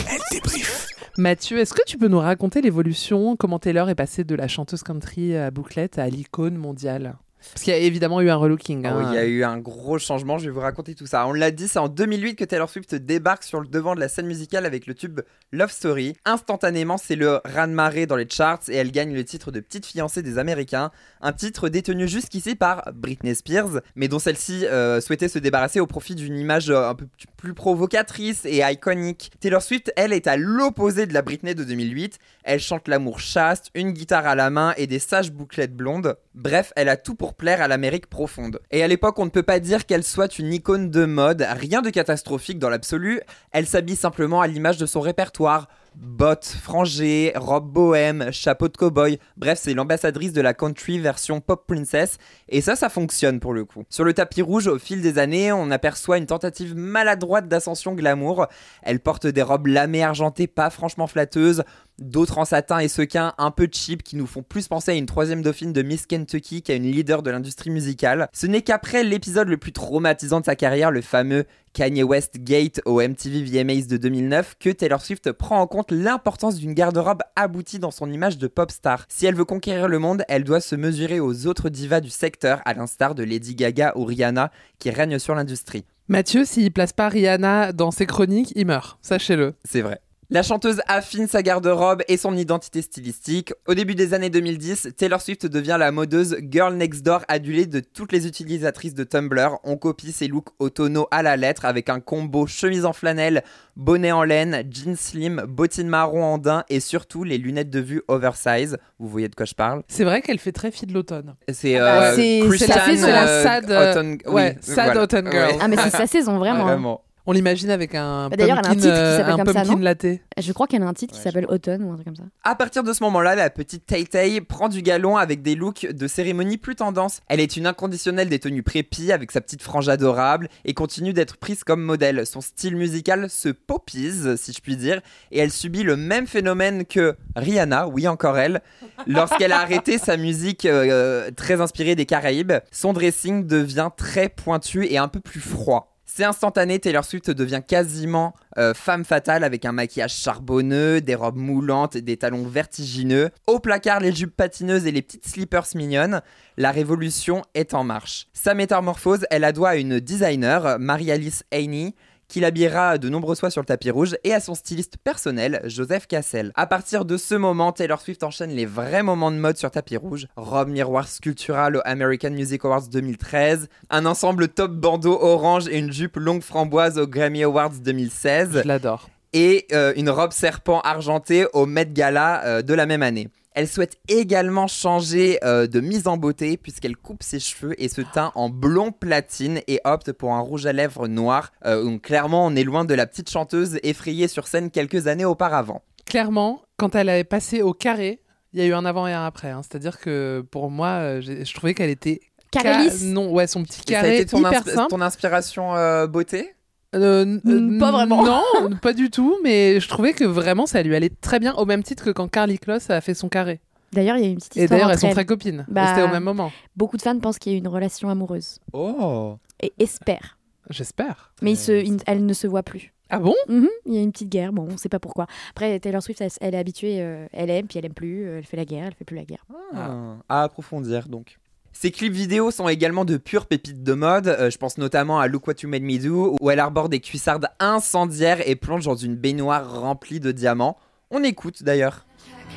S3: Elle débrief.
S4: Mathieu, est-ce que tu peux nous raconter l'évolution, comment Taylor est passée de la chanteuse country à bouclette à l'icône mondiale Parce qu'il y a évidemment eu un relooking.
S7: Oh,
S4: hein.
S7: il y a eu un gros changement, je vais vous raconter tout ça. On l'a dit, c'est en 2008 que Taylor Swift débarque sur le devant de la scène musicale avec le tube Love Story. Instantanément, c'est le raz-de-marée dans les charts et elle gagne le titre de petite fiancée des Américains, un titre détenu jusqu'ici par Britney Spears, mais dont celle-ci euh, souhaitait se débarrasser au profit d'une image euh, un peu plus provocatrice et iconique. Taylor Swift, elle, est à l'opposé de la Britney de 2008. Elle chante l'amour chaste, une guitare à la main et des sages bouclettes blondes. Bref, elle a tout pour plaire à l'Amérique profonde. Et à l'époque, on ne peut pas dire qu'elle soit une icône de mode, rien de catastrophique dans l'absolu. Elle s'habille simplement à l'image de son répertoire. Bottes, frangées, robe bohème, chapeau de cow-boy. Bref, c'est l'ambassadrice de la country version pop princess. Et ça, ça fonctionne pour le coup. Sur le tapis rouge, au fil des années, on aperçoit une tentative maladroite d'ascension glamour. Elle porte des robes lamées argentées pas franchement flatteuses, d'autres en satin et sequins un peu cheap qui nous font plus penser à une troisième dauphine de Miss Kentucky qu'à une leader de l'industrie musicale. Ce n'est qu'après l'épisode le plus traumatisant de sa carrière, le fameux Kanye West Gate au MTV VMAs de 2009, que Taylor Swift prend en compte l'importance d'une garde-robe aboutie dans son image de pop star. Si elle veut conquérir le monde, elle doit se mesurer aux autres divas du secteur, à l'instar de Lady Gaga ou Rihanna, qui règnent sur l'industrie.
S4: Mathieu, s'il place pas Rihanna dans ses chroniques, il meurt. Sachez-le.
S7: C'est vrai. La chanteuse affine sa garde-robe et son identité stylistique. Au début des années 2010, Taylor Swift devient la modeuse girl next door adulée de toutes les utilisatrices de Tumblr. On copie ses looks au tonneau à la lettre avec un combo chemise en flanelle, bonnet en laine, jeans slim, bottines marron en daim et surtout les lunettes de vue oversize. Vous voyez de quoi je parle
S4: C'est vrai qu'elle fait très fille de l'automne.
S7: C'est
S4: Ah bah,
S7: euh,
S4: c'est- c'est la
S7: Christian,
S4: saison.
S7: euh,
S4: C'est la sad, euh,
S7: Autumn- oui,
S4: ouais, sad
S7: voilà.
S4: autumn girl.
S7: Ouais.
S6: Ah, mais c'est sa saison, vraiment. hein.
S7: Vraiment.
S4: On l'imagine avec un
S6: Bah,
S4: pumpkin,
S6: d'ailleurs, elle a un titre qui
S4: euh,
S6: s'appelle
S4: un
S6: comme ça,
S4: pumpkin
S6: non
S4: latte.
S6: Je crois qu'elle a un titre qui
S7: Ouais,
S6: s'appelle Automne ou un truc comme ça.
S7: À partir de ce moment-là, la petite Tay Tay prend du galon avec des looks de cérémonie plus tendance. Elle est une inconditionnelle des tenues prépies avec sa petite frange adorable et continue d'être prise comme modèle. Son style musical se popise, si je puis dire, et elle subit le même phénomène que Rihanna, oui encore elle, lorsqu'elle a arrêté sa musique euh, très inspirée des Caraïbes. Son dressing devient très pointu et un peu plus froid. C'est instantané, Taylor Swift devient quasiment euh, femme fatale avec un maquillage charbonneux, des robes moulantes et des talons vertigineux. Au placard, les jupes patineuses et les petites slippers mignonnes. La révolution est en marche. Sa métamorphose, elle la doit à une designer, Marie-Alice Haney, qui l'habillera de nombreuses fois sur le tapis rouge, et à son styliste personnel, Joseph Cassel. À partir de ce moment, Taylor Swift enchaîne les vrais moments de mode sur tapis rouge. Robe miroir sculpturale au American Music Awards 2013, un ensemble top bandeau orange et une jupe longue framboise au Grammy Awards 2016
S4: Je l'adore.
S7: et euh, une robe serpent argentée au Met Gala euh, de la même année. Elle souhaite également changer euh, de mise en beauté puisqu'elle coupe ses cheveux et se teint en blond platine et opte pour un rouge à lèvres noir. Euh, donc clairement, on est loin de la petite chanteuse effrayée sur scène quelques années auparavant.
S4: Clairement, quand elle avait passé au carré, il y a eu un avant et un après. hein. C'est-à-dire que pour moi, euh, j'ai- je trouvais qu'elle était
S6: Carélis
S4: Ca- Non, ouais, son petit
S7: Et ça a
S4: carré
S7: été ton,
S4: hyper
S7: insp-
S4: simple.
S7: ton inspiration euh, beauté
S4: Euh, n-
S6: Mm,
S4: euh,
S6: pas vraiment.
S4: Non, pas du tout, mais je trouvais que vraiment ça lui allait très bien, au même titre que quand Carly Kloss a fait son carré.
S6: D'ailleurs, il y a une petite
S4: Et
S6: histoire.
S4: d'ailleurs, elles
S6: entre
S4: sont
S6: elles.
S4: très copines.
S6: Bah-
S4: C'était au même moment.
S6: Beaucoup de fans pensent qu'il y a eu une relation amoureuse
S7: Oh
S6: et espèrent.
S4: J'espère.
S6: Mais ils se, ils- elles ne se voient plus.
S4: Ah bon
S6: Mhm, Il y a une petite guerre, bon, on sait pas pourquoi. Après, Taylor Swift, elle, elle est habituée, euh, elle aime, puis elle aime plus, euh, elle fait la guerre, elle fait plus la guerre.
S7: Ah, à approfondir donc. Ces clips vidéo sont également de pures pépites de mode. Euh, je pense notamment à Look What You Made Me Do, où elle arbore des cuissardes incendiaires et plonge dans une baignoire remplie de diamants. On écoute d'ailleurs.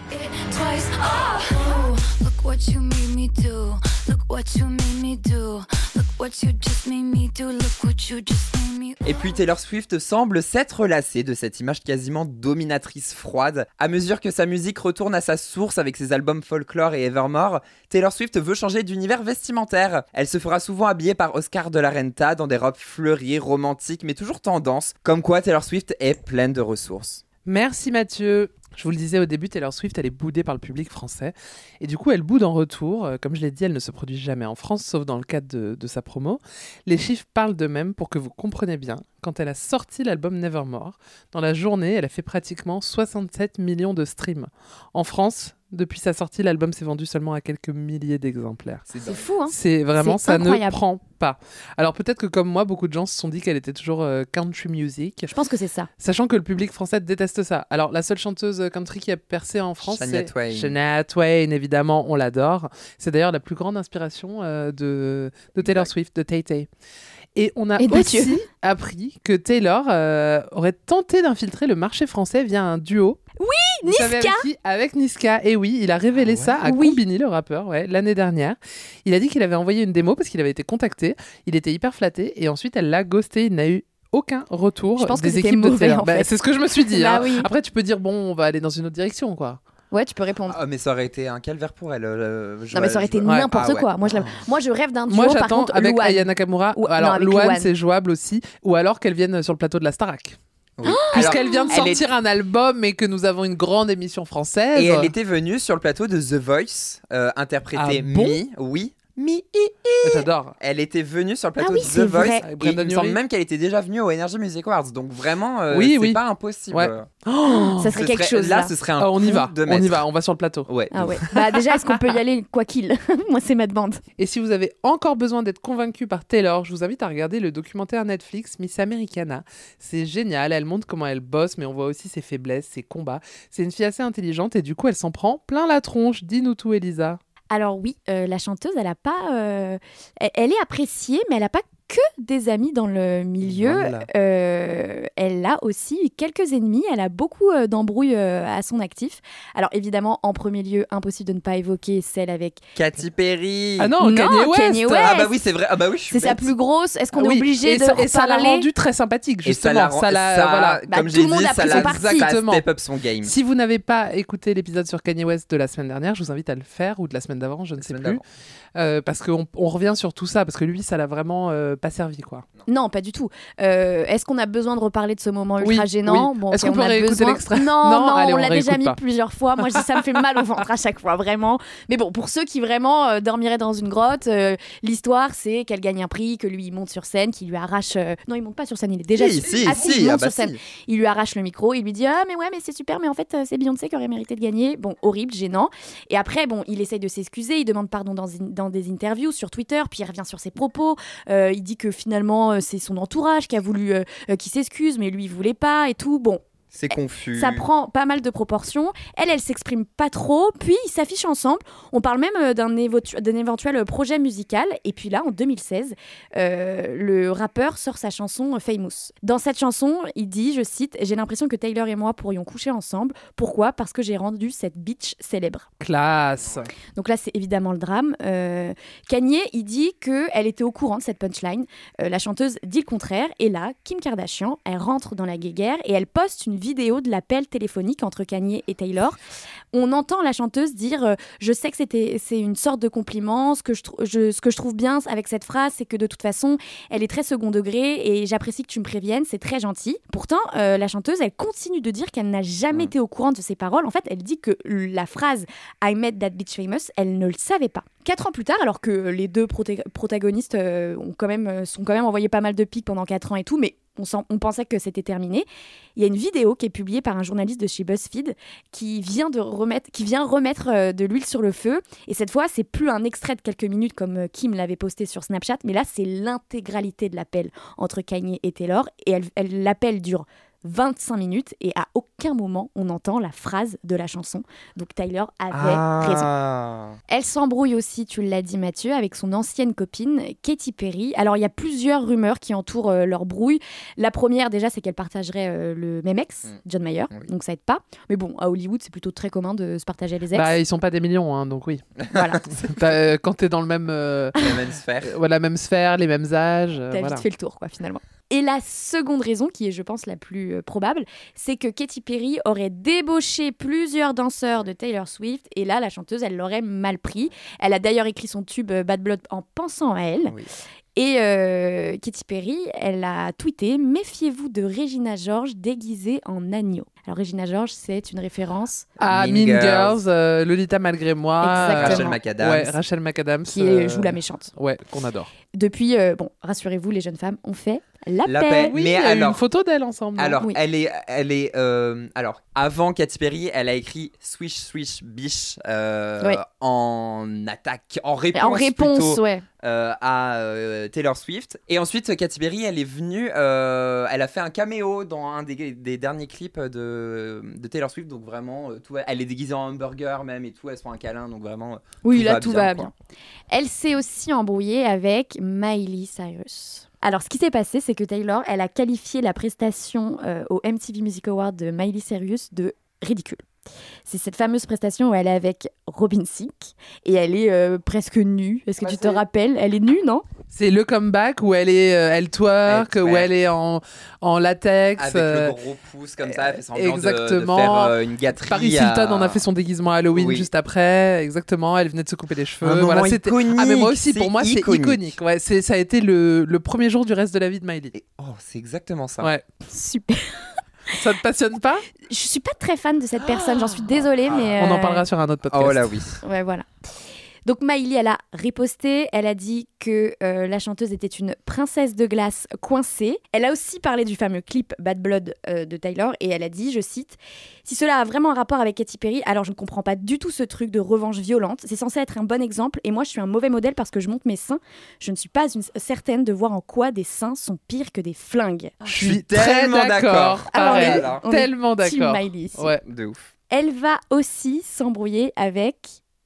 S9: Twice. Oh. Look what you made me do. Look what you made me do. Look what you just made me do. Look what you just made me
S7: Et puis Taylor Swift semble s'être lassée de cette image quasiment dominatrice froide. À mesure que sa musique retourne à sa source avec ses albums Folklore et Evermore, Taylor Swift veut changer d'univers vestimentaire. Elle se fera souvent habiller par Oscar de la Renta dans des robes fleuries, romantiques, mais toujours tendance. Comme quoi Taylor Swift est pleine de ressources.
S4: Merci Mathieu. Je vous le disais au début, Taylor Swift, elle est boudée par le public français. Et du coup, elle boude en retour. Euh, Comme je l'ai dit, elle ne se produit jamais en France, sauf dans le cadre de, de sa promo. Les chiffres parlent d'eux-mêmes pour que vous compreniez bien. Quand elle a sorti l'album Nevermore, dans la journée, elle a fait pratiquement 67 millions de streams. En France, depuis sa sortie, l'album s'est vendu seulement à quelques milliers d'exemplaires.
S6: C'est fou, hein
S4: C'est vraiment,
S6: C'est
S4: ça ne
S6: incroyable.
S4: prend pas. Alors peut-être que comme moi, beaucoup de gens se sont dit qu'elle était toujours euh, country music.
S6: Je pense que c'est ça.
S4: Sachant que le public français déteste ça. Alors, la seule chanteuse country qui a percé en France,
S7: Shania
S4: c'est
S7: Twain.
S4: Shania Twain, évidemment, on l'adore. C'est d'ailleurs la plus grande inspiration euh, de, de Taylor
S7: Exact.
S4: Swift, de Tay Tay. Et on a
S6: Et de
S4: aussi
S6: Mathieu.
S4: <laughs> appris que Taylor euh, aurait tenté d'infiltrer le marché français via un duo. Vous savez
S6: Niska
S4: avec, qui Avec Niska. Et oui, il a révélé
S7: Ah ouais
S4: ça à
S6: Oui.
S4: Combini, le rappeur, ouais, l'année dernière. Il a dit qu'il avait envoyé une démo parce qu'il avait été contacté. Il était hyper flatté. Et ensuite, elle l'a ghosté. Il n'a eu aucun retour
S6: Je pense que
S4: des
S6: c'était
S4: équipes de
S6: mauvais,
S4: Taylor.
S6: en
S4: Bah,
S6: fait.
S4: c'est ce que je me suis dit.
S6: Bah
S4: hein.
S6: oui.
S4: Après, tu peux dire, bon, on va aller dans une autre direction, quoi.
S6: Ouais, tu peux répondre.
S7: Ah, mais ça aurait été un calvaire pour elle. euh, je-
S6: non, mais ça aurait été
S7: je- Ouais.
S6: n'importe
S7: Ah ouais.
S6: quoi. Moi, je, la- moi, je rêve d'un duo,
S4: Moi,
S6: par
S4: j'attends
S6: contre,
S4: avec
S6: Louane.
S4: Aya Nakamura.
S6: Ou- non,
S4: alors,
S6: avec
S4: Luan,
S6: Luan.
S4: c'est jouable aussi. Ou alors qu'elle vienne sur le plateau de la Starac.
S6: Ah
S7: Oui.
S4: Puisqu'elle vient de
S7: elle est-
S4: sortir un album et que nous avons une grande émission française.
S7: Et elle était venue sur le plateau de The Voice, euh,
S4: Ah
S7: interpréter
S4: bon
S7: Mi, oui. Mi,
S4: Ah, J'adore.
S7: Elle était venue sur le plateau
S6: Ah oui,
S7: de
S6: c'est
S7: The Voice.
S6: vrai.
S4: Avec
S7: Et
S4: Brandon
S7: il me semble
S4: Urie.
S7: même qu'elle était déjà venue au Energy Music Awards. Donc vraiment, euh,
S4: Oui,
S7: c'est
S4: oui.
S7: pas impossible.
S4: Ouais. Oh,
S6: Ça serait
S7: Ce
S6: quelque chose,
S7: Là,
S6: là.
S7: ce serait un
S4: Ah, on y
S7: coup
S4: va.
S7: de
S4: On y
S7: maître.
S4: va. On va sur le plateau.
S7: Ouais.
S6: Ah ouais. bah, déjà, est-ce qu'on peut y aller, quoi qu'il <laughs> Moi, c'est ma demande.
S4: Et si vous avez encore besoin d'être convaincu par Taylor, je vous invite à regarder le documentaire Netflix Miss Americana. C'est génial, elle montre comment elle bosse, mais on voit aussi ses faiblesses, ses combats. C'est une fille assez intelligente et du coup, elle s'en prend plein la tronche. Dis-nous tout, Elisa.
S6: Alors oui, euh, la chanteuse, elle a pas, euh, elle, elle est appréciée, mais elle n'a pas que des amis dans le milieu.
S7: Voilà.
S6: Euh, elle a a aussi eu quelques ennemis. Elle a beaucoup euh, d'embrouilles euh, à son actif. Alors évidemment, en premier lieu, impossible de ne pas évoquer celle avec.
S7: Katy Perry.
S4: Ah non,
S6: Non,
S4: Kanye West.
S6: Kanye West.
S7: Ah bah oui, c'est vrai. Ah bah oui, je suis
S6: C'est sa
S7: bête.
S6: plus grosse. Est-ce qu'on
S4: Ah
S6: est
S4: oui,
S6: obligé
S4: et
S6: de
S4: ça, et ça l'a
S6: reparler
S4: rendu très sympathique
S7: Et
S4: justement.
S7: ça l'a, ça,
S4: voilà.
S6: Bah,
S7: comme
S6: tout
S7: j'ai
S6: le monde
S7: dit,
S6: a
S7: ça
S6: pris
S7: l'a
S6: son parti.
S4: Exactement.
S7: step up son game.
S4: Si vous n'avez pas écouté l'épisode sur Kanye West de la semaine dernière, je vous invite à le faire ou de la semaine d'avant, je ne sais
S7: semaine
S4: plus,
S7: d'avant.
S4: Euh, parce qu'on on revient sur tout ça parce que lui, ça l'a vraiment euh, pas servi quoi.
S6: Non, pas du tout. Euh, Est-ce qu'on a besoin de reparler de ce moment ultra
S4: Oui,
S6: gênant
S4: oui.
S6: Bon,
S4: Est-ce
S6: ok,
S4: qu'on peut
S6: on a
S4: réécouter
S6: besoin-
S4: l'extrait
S6: Non,
S4: Non,
S6: non,
S4: allez, on
S6: on l'a déjà
S4: réécoute
S6: mis
S4: pas.
S6: plusieurs fois. Moi, je dis, ça me fait mal au ventre à chaque fois, vraiment. Mais bon, pour ceux qui vraiment euh, dormiraient dans une grotte, euh, l'histoire, c'est qu'elle gagne un prix, que lui, il monte sur scène, qu'il lui arrache. euh, Non, il monte pas sur scène, il est déjà
S7: si,
S6: sur-
S7: si,
S6: Ah si,
S7: si,
S6: il monte
S7: ah bah
S6: sur scène.
S7: si.
S6: Il lui arrache le micro, il lui dit Ah, mais ouais, mais c'est super, mais en fait, euh, c'est Beyoncé qui aurait mérité de gagner. Bon, horrible, gênant. Et après, bon, il essaye de s'excuser, il demande pardon dans, in- dans des interviews sur Twitter, puis il revient sur ses propos. Euh, il dit que finalement, euh, c'est son entourage qui a voulu euh, euh, qu'il s'excuse, mais lui, il voulait pas et tout. Bon,
S7: C'est confus.
S6: ça prend pas mal de proportions. Elle, elle s'exprime pas trop, puis ils s'affichent ensemble. On parle même euh, d'un évotu- d'un éventuel euh, projet musical. Et puis là, en 2016, euh, le rappeur sort sa chanson euh, Famous. Dans cette chanson, il dit, je cite, J'ai l'impression que Taylor et moi pourrions coucher ensemble. Pourquoi Parce que j'ai rendu cette bitch célèbre.
S4: Classe.
S6: Donc là, c'est évidemment le drame. Euh, Kanye, il dit qu'elle était au courant de cette punchline. Euh, la chanteuse dit le contraire. Et là, Kim Kardashian, elle rentre dans la guéguerre et elle poste une vidéo de l'appel téléphonique entre Kanye et Taylor. On entend la chanteuse dire euh, Je sais que c'était, c'est une sorte de compliment. Ce que, je trou- je- ce que je trouve bien avec cette phrase, c'est que de toute façon, elle est très second degré et j'apprécie que tu me préviennes. C'est très gentil. Pourtant, euh, la chanteuse, elle continue de dire qu'elle n'a jamais été au courant de ses paroles. En fait, elle dit que la phrase I Met That Bitch Famous, elle ne le savait pas. Quatre ans plus tard, alors que les deux proté- protagonistes euh, ont quand même, euh, sont quand même envoyés pas mal de pics pendant quatre ans et tout, mais on, s'en- on pensait que c'était terminé. Il y a une vidéo qui est publiée par un journaliste de chez BuzzFeed qui vient, de remettre, qui vient remettre euh, de l'huile sur le feu. Et cette fois, c'est plus un extrait de quelques minutes comme euh, Kim l'avait posté sur Snapchat, mais là, c'est l'intégralité de l'appel entre Kanye et Taylor. Et elle- elle- l'appel dure 25 minutes et à aucun moment on entend la phrase de la chanson. Donc Tyler avait raison.
S7: Ah.
S6: Elle s'embrouille aussi, tu l'as dit Mathieu, avec son ancienne copine Katy Perry. Alors il y a plusieurs rumeurs qui entourent euh, leur brouille. La première déjà, c'est qu'elle partagerait euh, le même ex,
S7: Mm.
S6: John Mayer,
S7: Oui.
S6: donc ça aide pas. Mais bon, à Hollywood, c'est plutôt très commun de se partager les ex.
S4: Bah, ils sont pas des millions, hein, donc oui. <laughs>
S6: Voilà.
S4: T'as, euh, quand t'es dans le même, euh,
S7: La même sphère.
S4: euh, ouais, la même sphère, les mêmes âges, euh,
S6: T'as
S4: voilà.
S6: vite fait le tour, quoi, finalement. Et la seconde raison, qui est, je pense, la plus euh, probable, c'est que Katy Perry aurait débauché plusieurs danseurs de Taylor Swift, et là, la chanteuse, elle l'aurait mal pris. Elle a d'ailleurs écrit son tube euh, Bad Blood en pensant à elle.
S7: Oui.
S6: Et euh, Katy Perry, elle a tweeté Méfiez-vous de Regina George déguisée en agneau. Alors, Regina George, c'est une référence
S4: Ah,
S7: Mean
S4: Mean Girls,
S7: Girls,
S4: euh, Lolita malgré moi, euh,
S6: Exactement.
S7: Rachel McAdams.
S4: Ouais, Rachel McAdams
S6: qui
S4: euh,
S6: est- joue la méchante.
S4: Ouais, qu'on adore.
S6: Depuis, euh, bon, rassurez-vous, les jeunes femmes ont fait la,
S7: La
S6: paix.
S7: paix.
S4: Oui,
S7: Mais
S4: il y a eu
S7: alors-
S4: une photo d'elle ensemble. non
S7: Alors,
S6: Oui.
S7: elle est, elle est, euh, alors avant Katy Perry, elle a écrit Swish Swish Bish euh,
S6: Ouais.
S7: en attaque, en réponse,
S6: En réponse,
S7: plutôt,
S6: ouais.
S7: euh, à euh, Taylor Swift. Et ensuite, Katy Perry, elle est venue, euh, elle a fait un caméo dans un des, des derniers clips de, de Taylor Swift. Donc vraiment, euh, tout va- elle est déguisée en hamburger même et tout, elle se prend un câlin. Donc vraiment, euh,
S6: Oui,
S7: Tout
S6: là,
S7: va
S6: tout
S7: bien,
S6: va
S7: quoi.
S6: bien. Elle s'est aussi embrouillée avec Miley Cyrus. Alors, ce qui s'est passé, c'est que Taylor, elle a qualifié la prestation euh, au MTV Music Award de Miley Cyrus de ridicule. C'est cette fameuse prestation où elle est avec Robin Thicke et elle est euh, presque nue. Est-ce que
S7: Bah,
S6: tu te
S7: c'est-
S6: rappelles Elle est nue, non
S4: C'est le comeback où elle est, euh, elle twerk,
S7: Elle twerk.
S4: où elle est en, en latex.
S7: avec
S4: euh,
S7: le gros pouce comme ça, elle fait semblant de-
S4: exactement.
S7: de, faire euh, une gâterie.
S4: Paris
S7: à-
S4: Hilton en a fait son déguisement Halloween
S7: Oui.
S4: juste après, exactement. Elle venait de se couper les
S7: Un
S4: cheveux.
S7: moment
S4: Voilà, c'était.
S7: iconique,
S4: Ah mais moi aussi,
S7: c'est
S4: pour moi c'est iconique. Ouais, c'est ça a été le, le premier jour du reste de la vie de Miley.
S7: Et- Oh, c'est exactement ça.
S4: Ouais.
S6: Super.
S4: Ça te passionne pas
S6: Je suis pas très fan de cette personne, j'en suis désolée, mais.
S4: On en
S6: euh,
S4: parlera sur un autre podcast.
S7: Oh là oui.
S6: Ouais, voilà. Donc Miley, elle a riposté, elle a dit que euh, la chanteuse était une princesse de glace coincée. Elle a aussi parlé du fameux clip Bad Blood euh, de Taylor et elle a dit, je cite, Si cela a vraiment un rapport avec Katy Perry, alors je ne comprends pas du tout ce truc de revanche violente. C'est censé être un bon exemple et moi je suis un mauvais modèle parce que je monte mes seins. Je ne suis pas une- certaine de voir en quoi des seins sont pires que des flingues.
S4: <laughs> Je
S7: Je
S4: suis
S7: suis
S4: très
S7: tellement
S4: d'accord.
S7: d'accord.
S6: Ah, on
S4: Pareil.
S6: est-
S7: alors.
S6: on est
S4: Tellement
S6: Team
S4: d'accord.
S6: Miley ici.
S4: Ouais.
S7: De ouf.
S6: Elle va aussi s'embrouiller avec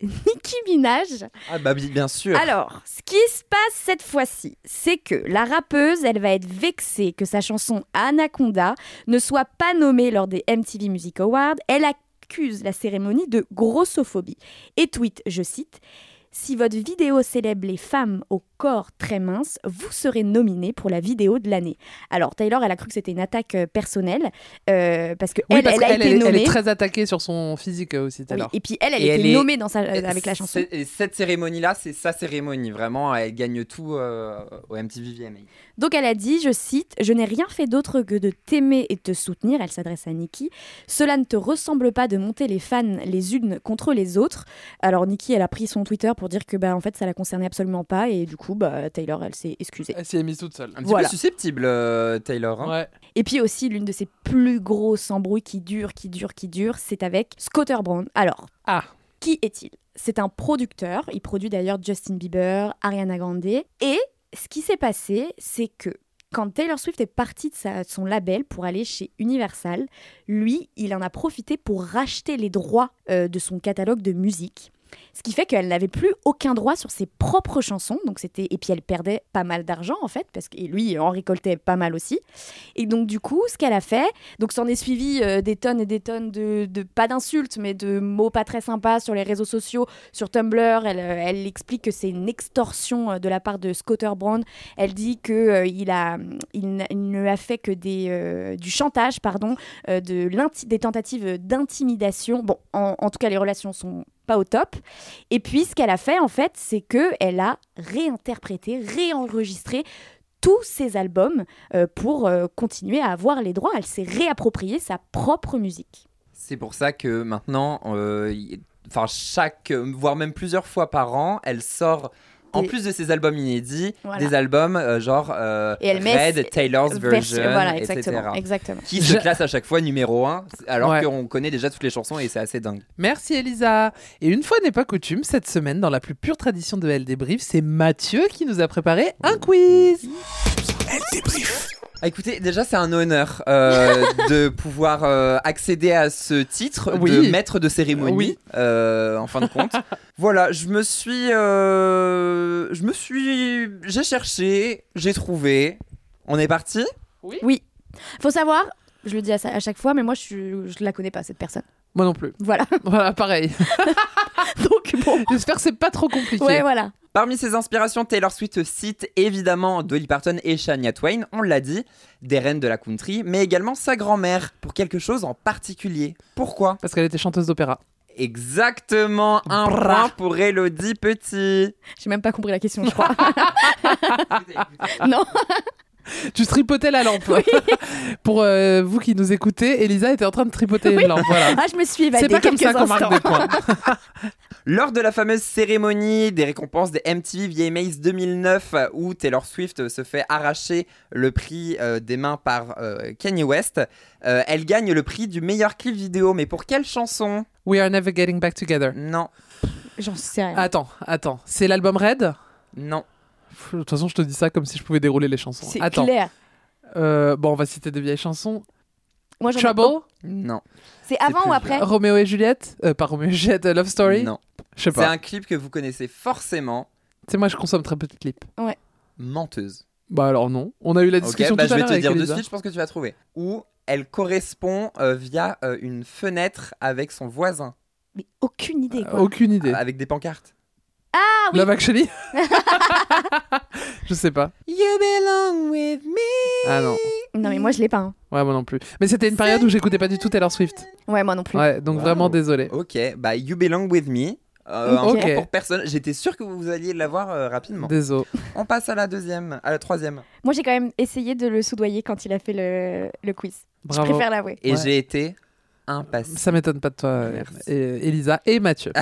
S6: Nicki Minaj.
S7: Ah bah bi- bien <laughs> sûr.
S6: Alors, ce qui se passe cette fois-ci, c'est que la rappeuse, elle va être vexée que sa chanson Anaconda ne soit pas nommée lors des MTV Music Awards. Elle accuse la cérémonie de grossophobie et tweet, je cite, si votre vidéo célèbre les femmes au corps très mince, vous serez nominé pour la vidéo de l'année. Alors Taylor, elle a cru que c'était une attaque euh, personnelle euh, parce que
S4: Oui,
S6: elle,
S4: parce
S6: elle a
S4: qu'elle
S6: été
S4: est- elle
S6: nommée.
S4: est très attaquée sur son physique euh, aussi, tout à
S6: Oui,
S4: l'heure.
S6: Et puis elle, elle
S7: Et
S6: a
S7: elle
S6: été
S7: est-
S6: nommée dans sa- euh, avec la chanson.
S7: C'est- et cette cérémonie-là, c'est sa cérémonie, vraiment. Elle gagne tout euh, au MTV VMA.
S6: Donc elle a dit, je cite, Je n'ai rien fait d'autre que de t'aimer et de te soutenir. Elle s'adresse à Nikki. Cela ne te ressemble pas de monter les fans les unes contre les autres. Alors Nikki, elle a pris son Twitter pour dire que bah en fait ça la concernait absolument pas et du coup bah Taylor, elle s'est excusée.
S4: Elle s'y est mise toute seule.
S7: Un petit
S6: Voilà.
S7: peu susceptible, euh, Taylor. hein.
S4: Ouais.
S6: Et puis aussi l'une de ses plus grosses embrouilles qui dure, qui dure, qui dure, c'est avec Scotter Brown. Alors
S4: Ah.
S6: qui est-il C'est un producteur, il produit d'ailleurs Justin Bieber, Ariana Grande. Et ce qui s'est passé, c'est que quand Taylor Swift est partie de, sa- de son label pour aller chez Universal, lui, il en a profité pour racheter les droits euh, de son catalogue de musique. Ce qui fait qu'elle n'avait plus aucun droit sur ses propres chansons, donc c'était et puis elle perdait pas mal d'argent en fait, parce que et lui en récoltait pas mal aussi. Et donc du coup, ce qu'elle a fait, donc s'en est suivi euh, des tonnes et des tonnes de, de- pas d'insultes, mais de mots pas très sympas sur les réseaux sociaux, sur Tumblr. Elle, euh, elle explique que c'est une extorsion euh, de la part de Scotter Brown. Elle dit que euh, il a, il, n'a- il ne a fait que des, euh, du chantage, pardon, euh, de l'inti- des tentatives d'intimidation. Bon, en, en tout cas, les relations sont pas au top. Et puis, ce qu'elle a fait en fait, c'est que elle a réinterprété, réenregistré tous ses albums euh, pour euh, continuer à avoir les droits. Elle s'est réappropriée sa propre musique.
S7: C'est pour ça que maintenant, euh, y- enfin chaque, euh, voire même plusieurs fois par an, elle sort. En
S6: Des-
S7: plus de ses albums inédits,
S6: Voilà.
S7: des albums euh, genre euh,
S6: Et elle met ses-
S7: Red, Taylor's
S6: Vers-
S7: Version,
S6: voilà,
S7: etc.
S6: exactement, exactement.
S7: Qui se
S4: Je-
S7: classe à chaque fois numéro 1, alors
S4: Ouais.
S7: qu'on connaît déjà toutes les chansons et c'est assez dingue.
S4: Merci Elisa. Et une fois n'est pas coutume, cette semaine, dans la plus pure tradition de Elle Débrief, c'est Mathieu qui nous a préparé un quiz.
S3: Elle débrief.
S7: Ah, Écoutez, déjà c'est un honneur <laughs> euh, de pouvoir euh, accéder à ce titre de
S4: Oui.
S7: maître de cérémonie.
S4: Oui.
S7: euh, en fin de
S4: <laughs>
S7: compte, voilà, je me suis, euh, je me suis, j'ai cherché, j'ai trouvé. On est parti.
S6: Oui. Faut savoir, je le dis à, sa- à chaque fois, mais moi je, suis- je la connais pas cette personne. <laughs>
S4: Moi non plus. <laughs>
S6: Voilà.
S4: Voilà,
S6: <laughs>
S4: pareil.
S6: Donc bon.
S4: J'espère que c'est pas trop compliqué.
S6: Ouais, voilà.
S7: Parmi ses inspirations, Taylor Swift cite évidemment Dolly Parton et Shania Twain, on l'a dit, des reines de la country, mais également sa grand-mère pour quelque chose en particulier. Pourquoi
S4: Parce qu'elle était chanteuse d'opéra.
S7: Exactement un point pour Elodie Petit.
S6: J'ai même pas compris la question, je crois. <laughs> non. <laughs>
S4: Tu tripotais la lampe. <laughs> Pour euh, vous qui nous écoutez, Elisa était en train de tripoter une lampe. Voilà.
S6: Ah, je me suis évadée
S4: C'est pas comme
S6: quelques
S4: ça qu'on marque
S6: instants.
S4: des points.
S7: Lors de la fameuse cérémonie des récompenses des MTV VMAs 2009 euh, où Taylor Swift se fait arracher le prix euh, des mains par euh, Kanye West, euh, elle gagne le prix du meilleur clip vidéo. Mais pour quelle chanson
S4: We are never getting back together.
S7: Non,
S6: J'en sais rien.
S4: Attends, attends. C'est l'album Red
S7: non.
S4: Pff, De toute façon, je te dis ça comme si je pouvais dérouler les chansons.
S6: C'est
S4: Attends.
S6: clair.
S4: Euh, bon, on va citer des vieilles chansons.
S6: Moi, j'en ai-
S4: Trouble,
S7: Non.
S6: C'est avant
S7: plus
S6: ou
S7: vieux.
S6: après
S4: Roméo et Juliette, Euh, pas Roméo et Juliette, euh, Love Story.
S7: Non.
S4: Je sais
S7: C'est
S4: pas.
S7: un clip que vous connaissez forcément.
S4: Tu sais, moi, je consomme très peu de clips.
S7: Menteuse.
S4: Bah alors non. On a eu la
S7: Ok,
S4: discussion
S7: bah,
S4: tout
S7: je
S4: à
S7: vais
S4: l'heure
S7: te
S4: avec
S7: dire de
S4: Elisa.
S7: suite, je pense que tu vas trouver. Où elle correspond euh, via euh, une fenêtre avec son voisin,
S6: Mais aucune idée. quoi.
S4: Euh, Aucune idée.
S7: avec des pancartes.
S6: Ah oui.
S4: Love
S6: <laughs>
S4: Actually <laughs> Je sais pas.
S7: You belong with me.
S4: Ah non.
S6: Non, mais moi je l'ai pas. hein.
S4: Ouais, moi non plus. Mais c'était une période où j'écoutais pas du tout Taylor Swift.
S6: Ouais, moi non plus.
S4: Ouais, donc
S7: Wow.
S4: vraiment désolé.
S7: Ok, bah You Belong With Me. Euh, un
S4: Ok.
S7: point pour personne. J'étais sûr que vous alliez l'avoir euh, rapidement.
S4: Désolé.
S7: On passe à la deuxième, à la troisième.
S6: Moi j'ai quand même essayé de le soudoyer quand il a fait le, le quiz.
S4: Bravo.
S6: Je préfère l'avouer. <laughs>
S7: Et
S4: Ouais.
S7: j'ai été impassible.
S4: Ça m'étonne pas de toi, euh,
S7: Merci. Ah
S4: et- Elisa et Mathieu.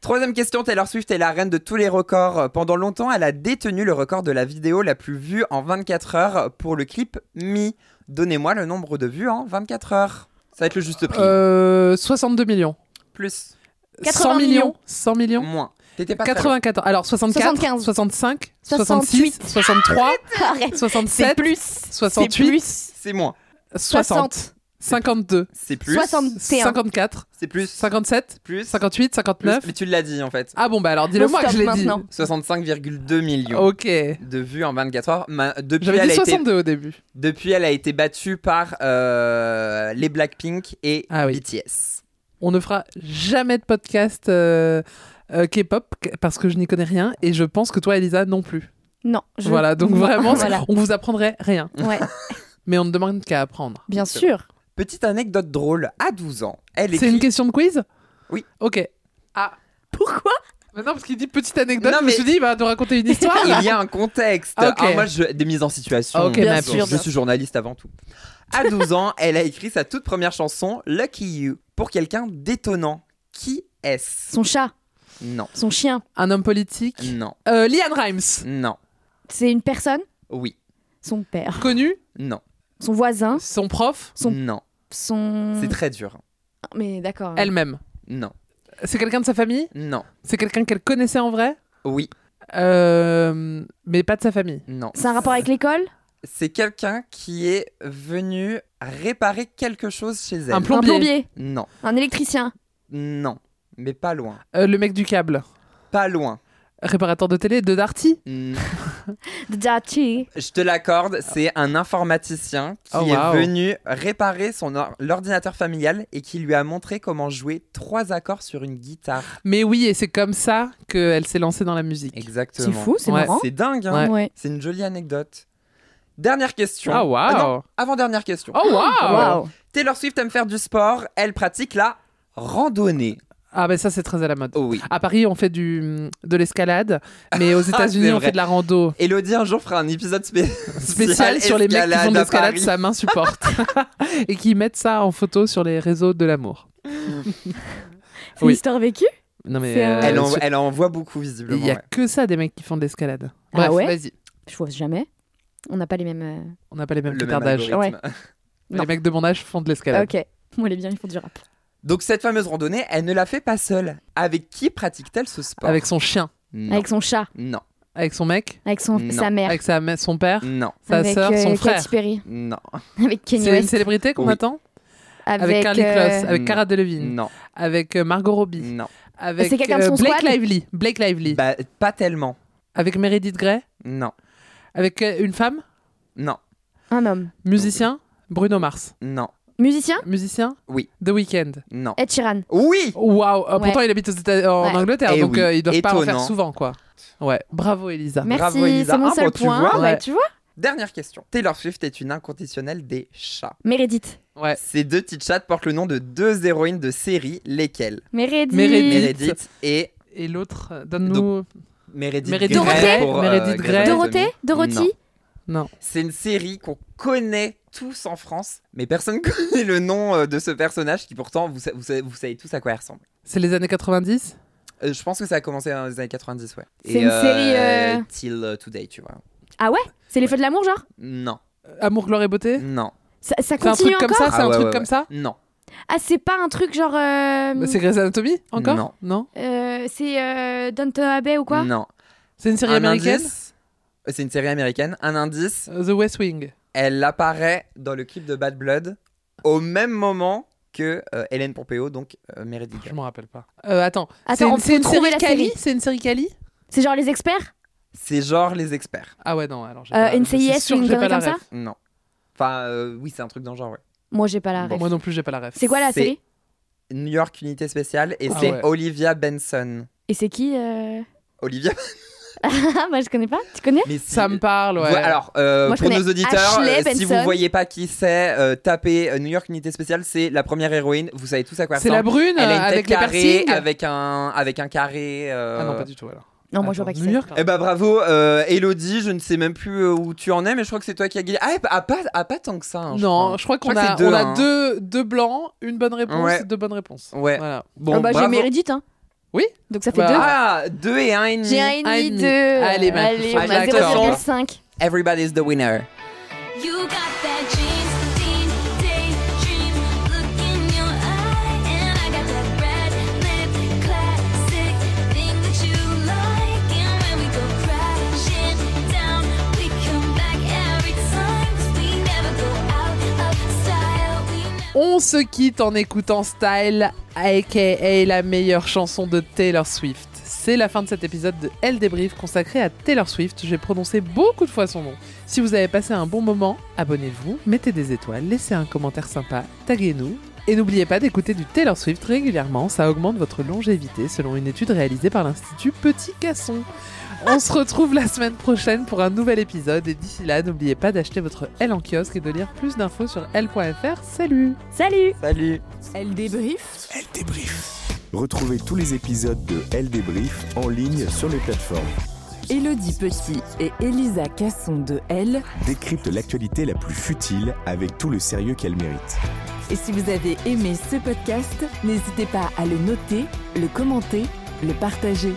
S7: Troisième question, Taylor Swift est la reine de tous les records. Pendant longtemps, elle a détenu le record de la vidéo la plus vue en 24 heures pour le clip Mi. Donnez-moi le nombre de vues en 24 heures. Ça va être le juste prix.
S4: Euh, 62 millions.
S7: Plus,
S6: 80
S4: 100
S6: millions.
S4: 100 millions.
S7: moins. T'étais pas très loin.
S4: 94. Alors 64,
S6: 75.
S4: 65, 66, 63,
S6: Arrête, c'est
S4: 67,
S6: plus.
S4: 68,
S6: plus.
S7: C'est moins.
S4: 60. 52.
S7: C'est plus.
S6: 61.
S4: 54.
S7: C'est plus.
S4: 57.
S7: Plus.
S4: 58. 59.
S7: Plus. Mais tu l'as dit en fait.
S4: Ah bon, bah alors dis-le
S6: On
S4: moi que
S6: stoppe
S4: je l'ai dit.
S6: maintenant.
S7: <laughs> 65,2 millions
S4: Ok.
S7: de vues en 24 heures. Ma- depuis,
S4: J'avais
S7: elle
S4: dit
S7: a été,
S4: 62 au début.
S7: depuis, elle a été battue par euh, les Blackpink et
S4: Ah oui.
S7: BTS.
S4: On ne fera jamais de podcast euh, euh, K-pop parce que je n'y connais rien et je pense que toi, Elisa, non plus.
S6: Non. je-
S4: Voilà,
S6: <laughs>
S4: donc
S6: Non,
S4: vraiment,
S6: voilà.
S4: <laughs> on vous apprendrait rien.
S6: Ouais,
S4: Mais on ne demande qu'à apprendre.
S6: bien sûr.
S7: Petite anecdote drôle, à 12 ans, elle
S4: C'est une
S7: écrit...
S4: question de quiz
S7: Oui.
S4: Ok. Ah.
S6: Pourquoi
S4: Mais non, parce qu'il dit petite anecdote,
S7: Non,
S4: je me
S7: mais-
S4: suis dit, il va nous raconter une histoire.
S7: <laughs> Il y a un contexte.
S4: Ah, ok.
S7: Ah, moi, je... des mises en situation.
S4: Ah, ok, Bien
S7: je-
S4: sûr,
S7: je suis journaliste avant tout. À 12 ans, elle a écrit sa toute première chanson, Lucky You, pour quelqu'un d'étonnant. Qui est-ce
S6: Son chat,
S7: Non,
S6: son chien,
S4: un homme politique.
S7: non,
S4: Euh, Lian Rimes,
S7: non,
S6: c'est une personne,
S7: oui,
S6: son père,
S4: connu,
S7: non,
S6: son voisin,
S4: son prof,
S6: Son-
S7: non.
S6: son.
S7: C'est très dur.
S6: Mais d'accord.
S4: elle-même.
S7: Non,
S4: C'est quelqu'un de sa famille
S7: non,
S4: C'est quelqu'un qu'elle connaissait en vrai
S7: oui,
S4: Euh, Mais pas de sa famille.
S7: non.
S6: C'est un rapport avec l'école
S7: C'est quelqu'un qui est venu réparer quelque chose chez elle.
S4: Un
S6: Un
S4: plombier.
S6: plombier,
S7: Non,
S6: un électricien,
S7: non, mais pas loin.
S4: Euh, le mec du câble.
S7: Pas loin.
S4: Réparateur de télé, de Darty.
S7: Non.
S6: Dachi,
S7: Je te l'accorde, c'est un informaticien qui
S4: Oh,
S7: est
S4: wow.
S7: venu réparer son or- l'ordinateur familial et qui lui a montré comment jouer trois accords sur une guitare.
S4: Mais oui, et c'est comme ça qu'elle s'est lancée dans la musique.
S7: Exactement.
S6: c'est fou, c'est
S4: Ouais.
S6: marrant.
S7: C'est dingue, hein
S4: Ouais.
S6: Ouais.
S7: C'est une jolie anecdote. Dernière question.
S4: Ah, waouh.
S7: avant dernière question.
S4: Oh, waouh
S6: Waouh.
S7: Taylor Swift aime faire du sport. Elle pratique la randonnée.
S4: Ah, ben ça, c'est très à la mode.
S7: Oh oui.
S4: À Paris, on fait du, de l'escalade, mais aux États-Unis,
S7: <laughs> C'est
S4: on
S7: vrai.
S4: fait de la rando
S7: Elodie un jour fera un
S4: <laughs>
S7: épisode spé-
S4: spéciale sur les mecs qui font de
S7: à
S4: l'escalade,
S7: Paris.
S4: sa main supporte.
S7: <laughs>
S4: et qui mettent ça en photo sur les réseaux de l'amour.
S6: C'est
S4: Oui.
S6: une histoire vécue
S4: Non, mais.
S6: C'est, euh,
S7: Elle en,
S4: sur-
S7: elle en voit beaucoup
S4: Il
S7: visiblement.
S4: n'y a
S7: ouais.
S4: que ça des mecs qui font de l'escalade.
S6: Ah
S4: Bref,
S6: ouais
S4: vas-y.
S6: Je vois jamais. On n'a pas les mêmes. euh,
S4: On n'a pas les mêmes
S7: Le même
S4: retards d'âge.
S7: algorithme.
S6: Ouais.
S4: Les
S6: Non.
S4: mecs de mon âge font de l'escalade.
S6: Ok. Moi, les biens, ils font du rap.
S7: Donc cette fameuse randonnée, elle ne la fait pas seule. Avec qui pratique-t-elle ce sport
S4: Avec son chien,
S7: non.
S6: Avec son chat,
S7: non,
S4: avec son mec,
S6: avec son,
S7: Non.
S6: sa mère,
S4: avec sa ma- son père,
S7: non,
S4: sa
S6: avec
S4: sœur,
S6: euh,
S4: son
S6: Katy
S4: frère.
S6: Perry, <laughs>
S7: non,
S6: avec Kanye
S4: C'est une
S6: West,
S4: célébrité qu'on
S7: Oui.
S4: attend Avec
S6: avec.
S4: Carly
S6: euh,
S4: Close, avec Cara Delevingne,
S7: non,
S4: avec euh, Margot Robbie,
S7: non.
S4: avec
S6: C'est quelqu'un de
S4: euh,
S6: son
S4: Blake
S6: squad
S4: Lively, Blake Lively,
S7: Bah, pas tellement.
S4: avec Meredith Grey,
S7: Non,
S4: avec euh, une femme,
S7: non,
S6: Un homme.
S4: musicien, Bruno Mars,
S7: non,
S6: Musicien
S4: musicien,
S7: Oui.
S4: The Weeknd.
S7: non.
S6: Ed Sheeran.
S7: Oui
S4: Waouh, euh,
S6: Ouais.
S4: pourtant il habite aux États- en
S6: Ouais.
S4: Angleterre,
S7: Eh
S4: donc
S7: oui,
S4: euh, ils doivent pas en faire
S7: étonnant.
S4: souvent quoi. Ouais, bravo Elisa.
S6: Merci,
S7: Bravo, Elisa.
S6: c'est mon
S7: Ah,
S6: seul
S7: bon, tu
S6: point.
S7: vois
S6: Bah,
S4: Ouais.
S6: tu vois
S7: Dernière question. Taylor Swift est une inconditionnelle des chats.
S6: Meredith.
S4: Ouais.
S7: Ces deux petites chattes portent le nom de deux héroïnes de série, lesquelles
S6: Meredith.
S4: Meredith.
S7: Meredith et
S4: Et l'autre, euh, donne-nous.
S7: Meredith,
S4: Meredith
S7: Grey.
S4: Grey.
S7: pour, euh,
S4: Meredith
S7: Grey's
S4: Grey.
S7: Anatomy.
S6: Dorothée
S7: Non.
S6: Dorothy
S4: Non.
S7: C'est une série qu'on connaît tous en France, mais personne <laughs> connaît le nom euh, de ce personnage qui pourtant, vous, sa- vous, sa- vous savez tous à quoi elle ressemble.
S4: C'est les années 90
S7: Euh, je pense que ça a commencé dans les années 90, ouais.
S6: C'est
S7: Et,
S6: une série, euh,
S7: Till euh, Today, tu vois.
S6: Ah ouais C'est les feux de l'amour, genre
S7: Non,
S4: Amour, gloire et beauté
S7: non.
S6: ça, ça
S4: C'est un
S6: continue
S4: truc
S6: encore
S4: comme ça C'est
S7: Mm. Ah
S4: un
S7: ouais,
S4: truc
S7: ouais, ouais.
S4: comme ça
S7: Non.
S6: Ah, c'est pas un truc genre. euh,
S4: Bah, C'est Grey's Anatomy encore
S7: Non.
S6: euh, c'est euh, Downton Abbey ou quoi
S7: Non.
S4: C'est une série
S7: Un
S4: américaine
S7: indice Euh, C'est une série américaine. Un indice,
S4: Euh, The West Wing.
S7: elle apparaît dans le clip de Bad Blood au même moment que euh, Hélène Pompeo, donc euh, Meredith
S4: Je
S7: Grey.
S4: me rappelle pas. Euh, attends, c'est
S6: Attends, on
S4: une, c'est
S6: peut
S4: une
S6: trouver
S4: série
S6: la
S4: Cali
S6: série. Euh,
S4: C'est une série Cali
S6: C'est genre les experts
S7: C'est genre les experts.
S4: Ah ouais, non, alors j'ai
S6: Euh,
S4: pas- je
S6: NCIS
S4: suis sûre
S6: ou
S4: que
S6: une
S4: j'ai pas la
S6: connerie comme
S4: ref.
S7: Non. Enfin, euh, oui, c'est un truc dans le genre, ouais.
S6: Moi, j'ai pas la
S7: Bon,
S6: ref.
S4: Moi non plus, j'ai pas la ref.
S6: C'est quoi la
S7: c'est-
S6: série
S7: New York Unité Spéciale et
S4: Ah
S7: c'est
S4: ouais.
S7: Olivia Benson.
S6: Et c'est qui euh... <laughs>
S7: Olivia
S6: Ah, moi, je connais pas. Tu connais
S7: Mais
S4: Ça
S7: si-
S4: me parle, ouais.
S7: Ouais, alors, euh,
S6: Moi, je
S7: pour
S6: connais
S7: nos auditeurs,
S6: Ashley
S7: euh, si
S6: Benson.
S7: vous voyez pas qui c'est, euh, tapez euh, New York Unité Spéciale, c'est la première héroïne, vous savez tous à quoi
S4: c'est la
S7: ressemble.
S4: brune euh,
S7: Elle a une tête
S4: avec les
S7: carrée,
S4: piercings
S7: avec un, avec un carré. euh,
S4: Ah non, pas du tout alors.
S6: Non, moi, je vois
S4: Attends,
S6: pas qui
S4: New
S6: c'est.
S4: York.
S7: Eh bah bravo, euh, Elodie, je ne sais même plus euh, où tu en es, mais je crois que c'est toi qui as gagné. Ah, ah, pas, ah, pas tant que ça. hein, je
S4: Non,
S7: crois.
S4: je crois qu'on
S7: crois que
S4: a,
S7: c'est deux,
S4: on a
S7: hein.
S4: deux, deux blancs, une bonne réponse,
S7: Ouais.
S4: deux bonnes réponses.
S7: Ouais.
S4: Voilà.
S7: Bon,
S6: Ah bah, j'ai
S7: bravo.
S6: Meredith, hein.
S4: Oh, Oui.
S6: Donc, ça fait
S4: Bah,
S6: deux.
S7: Ah, deux et un et demi. Ah,
S6: J'ai un et
S4: un
S6: demi,
S4: et demi.
S6: deux.
S4: Allez, bah,
S6: Allez, on
S7: faut
S6: a
S7: faire d'accord.
S6: 0,5.
S7: Everybody's the winner.
S9: You got that jeans, lean, daydream look in your eye, and I got that red lip, classic thing that you like. And when we go crashing down, we come back every time 'cause we never go out of style. We never.
S4: On se quitte en écoutant Style, aka la meilleure chanson de Taylor Swift. C'est la fin de cet épisode de Elle Débrief consacré à Taylor Swift. J'ai prononcé beaucoup de fois son nom. Si vous avez passé un bon moment, abonnez-vous, mettez des étoiles, laissez un commentaire sympa, taguez-nous. Et n'oubliez pas d'écouter du Taylor Swift régulièrement, ça augmente votre longévité selon une étude réalisée par l'Institut Petit Casson. On se retrouve la semaine prochaine pour un nouvel épisode et d'ici là, n'oubliez pas d'acheter votre L en kiosque et de lire plus d'infos sur L.fr. Salut
S6: Salut
S7: Salut
S2: Elle débrief
S3: Elle débrief.
S10: Retrouvez tous les épisodes de Elle débrief en ligne sur les plateformes.
S2: Élodie Petit et Elisa Casson de Elle.
S10: Décrypte l'actualité la plus futile avec tout le sérieux qu'elle mérite.
S2: Et si vous avez aimé ce podcast, n'hésitez pas à le noter, le commenter, le partager.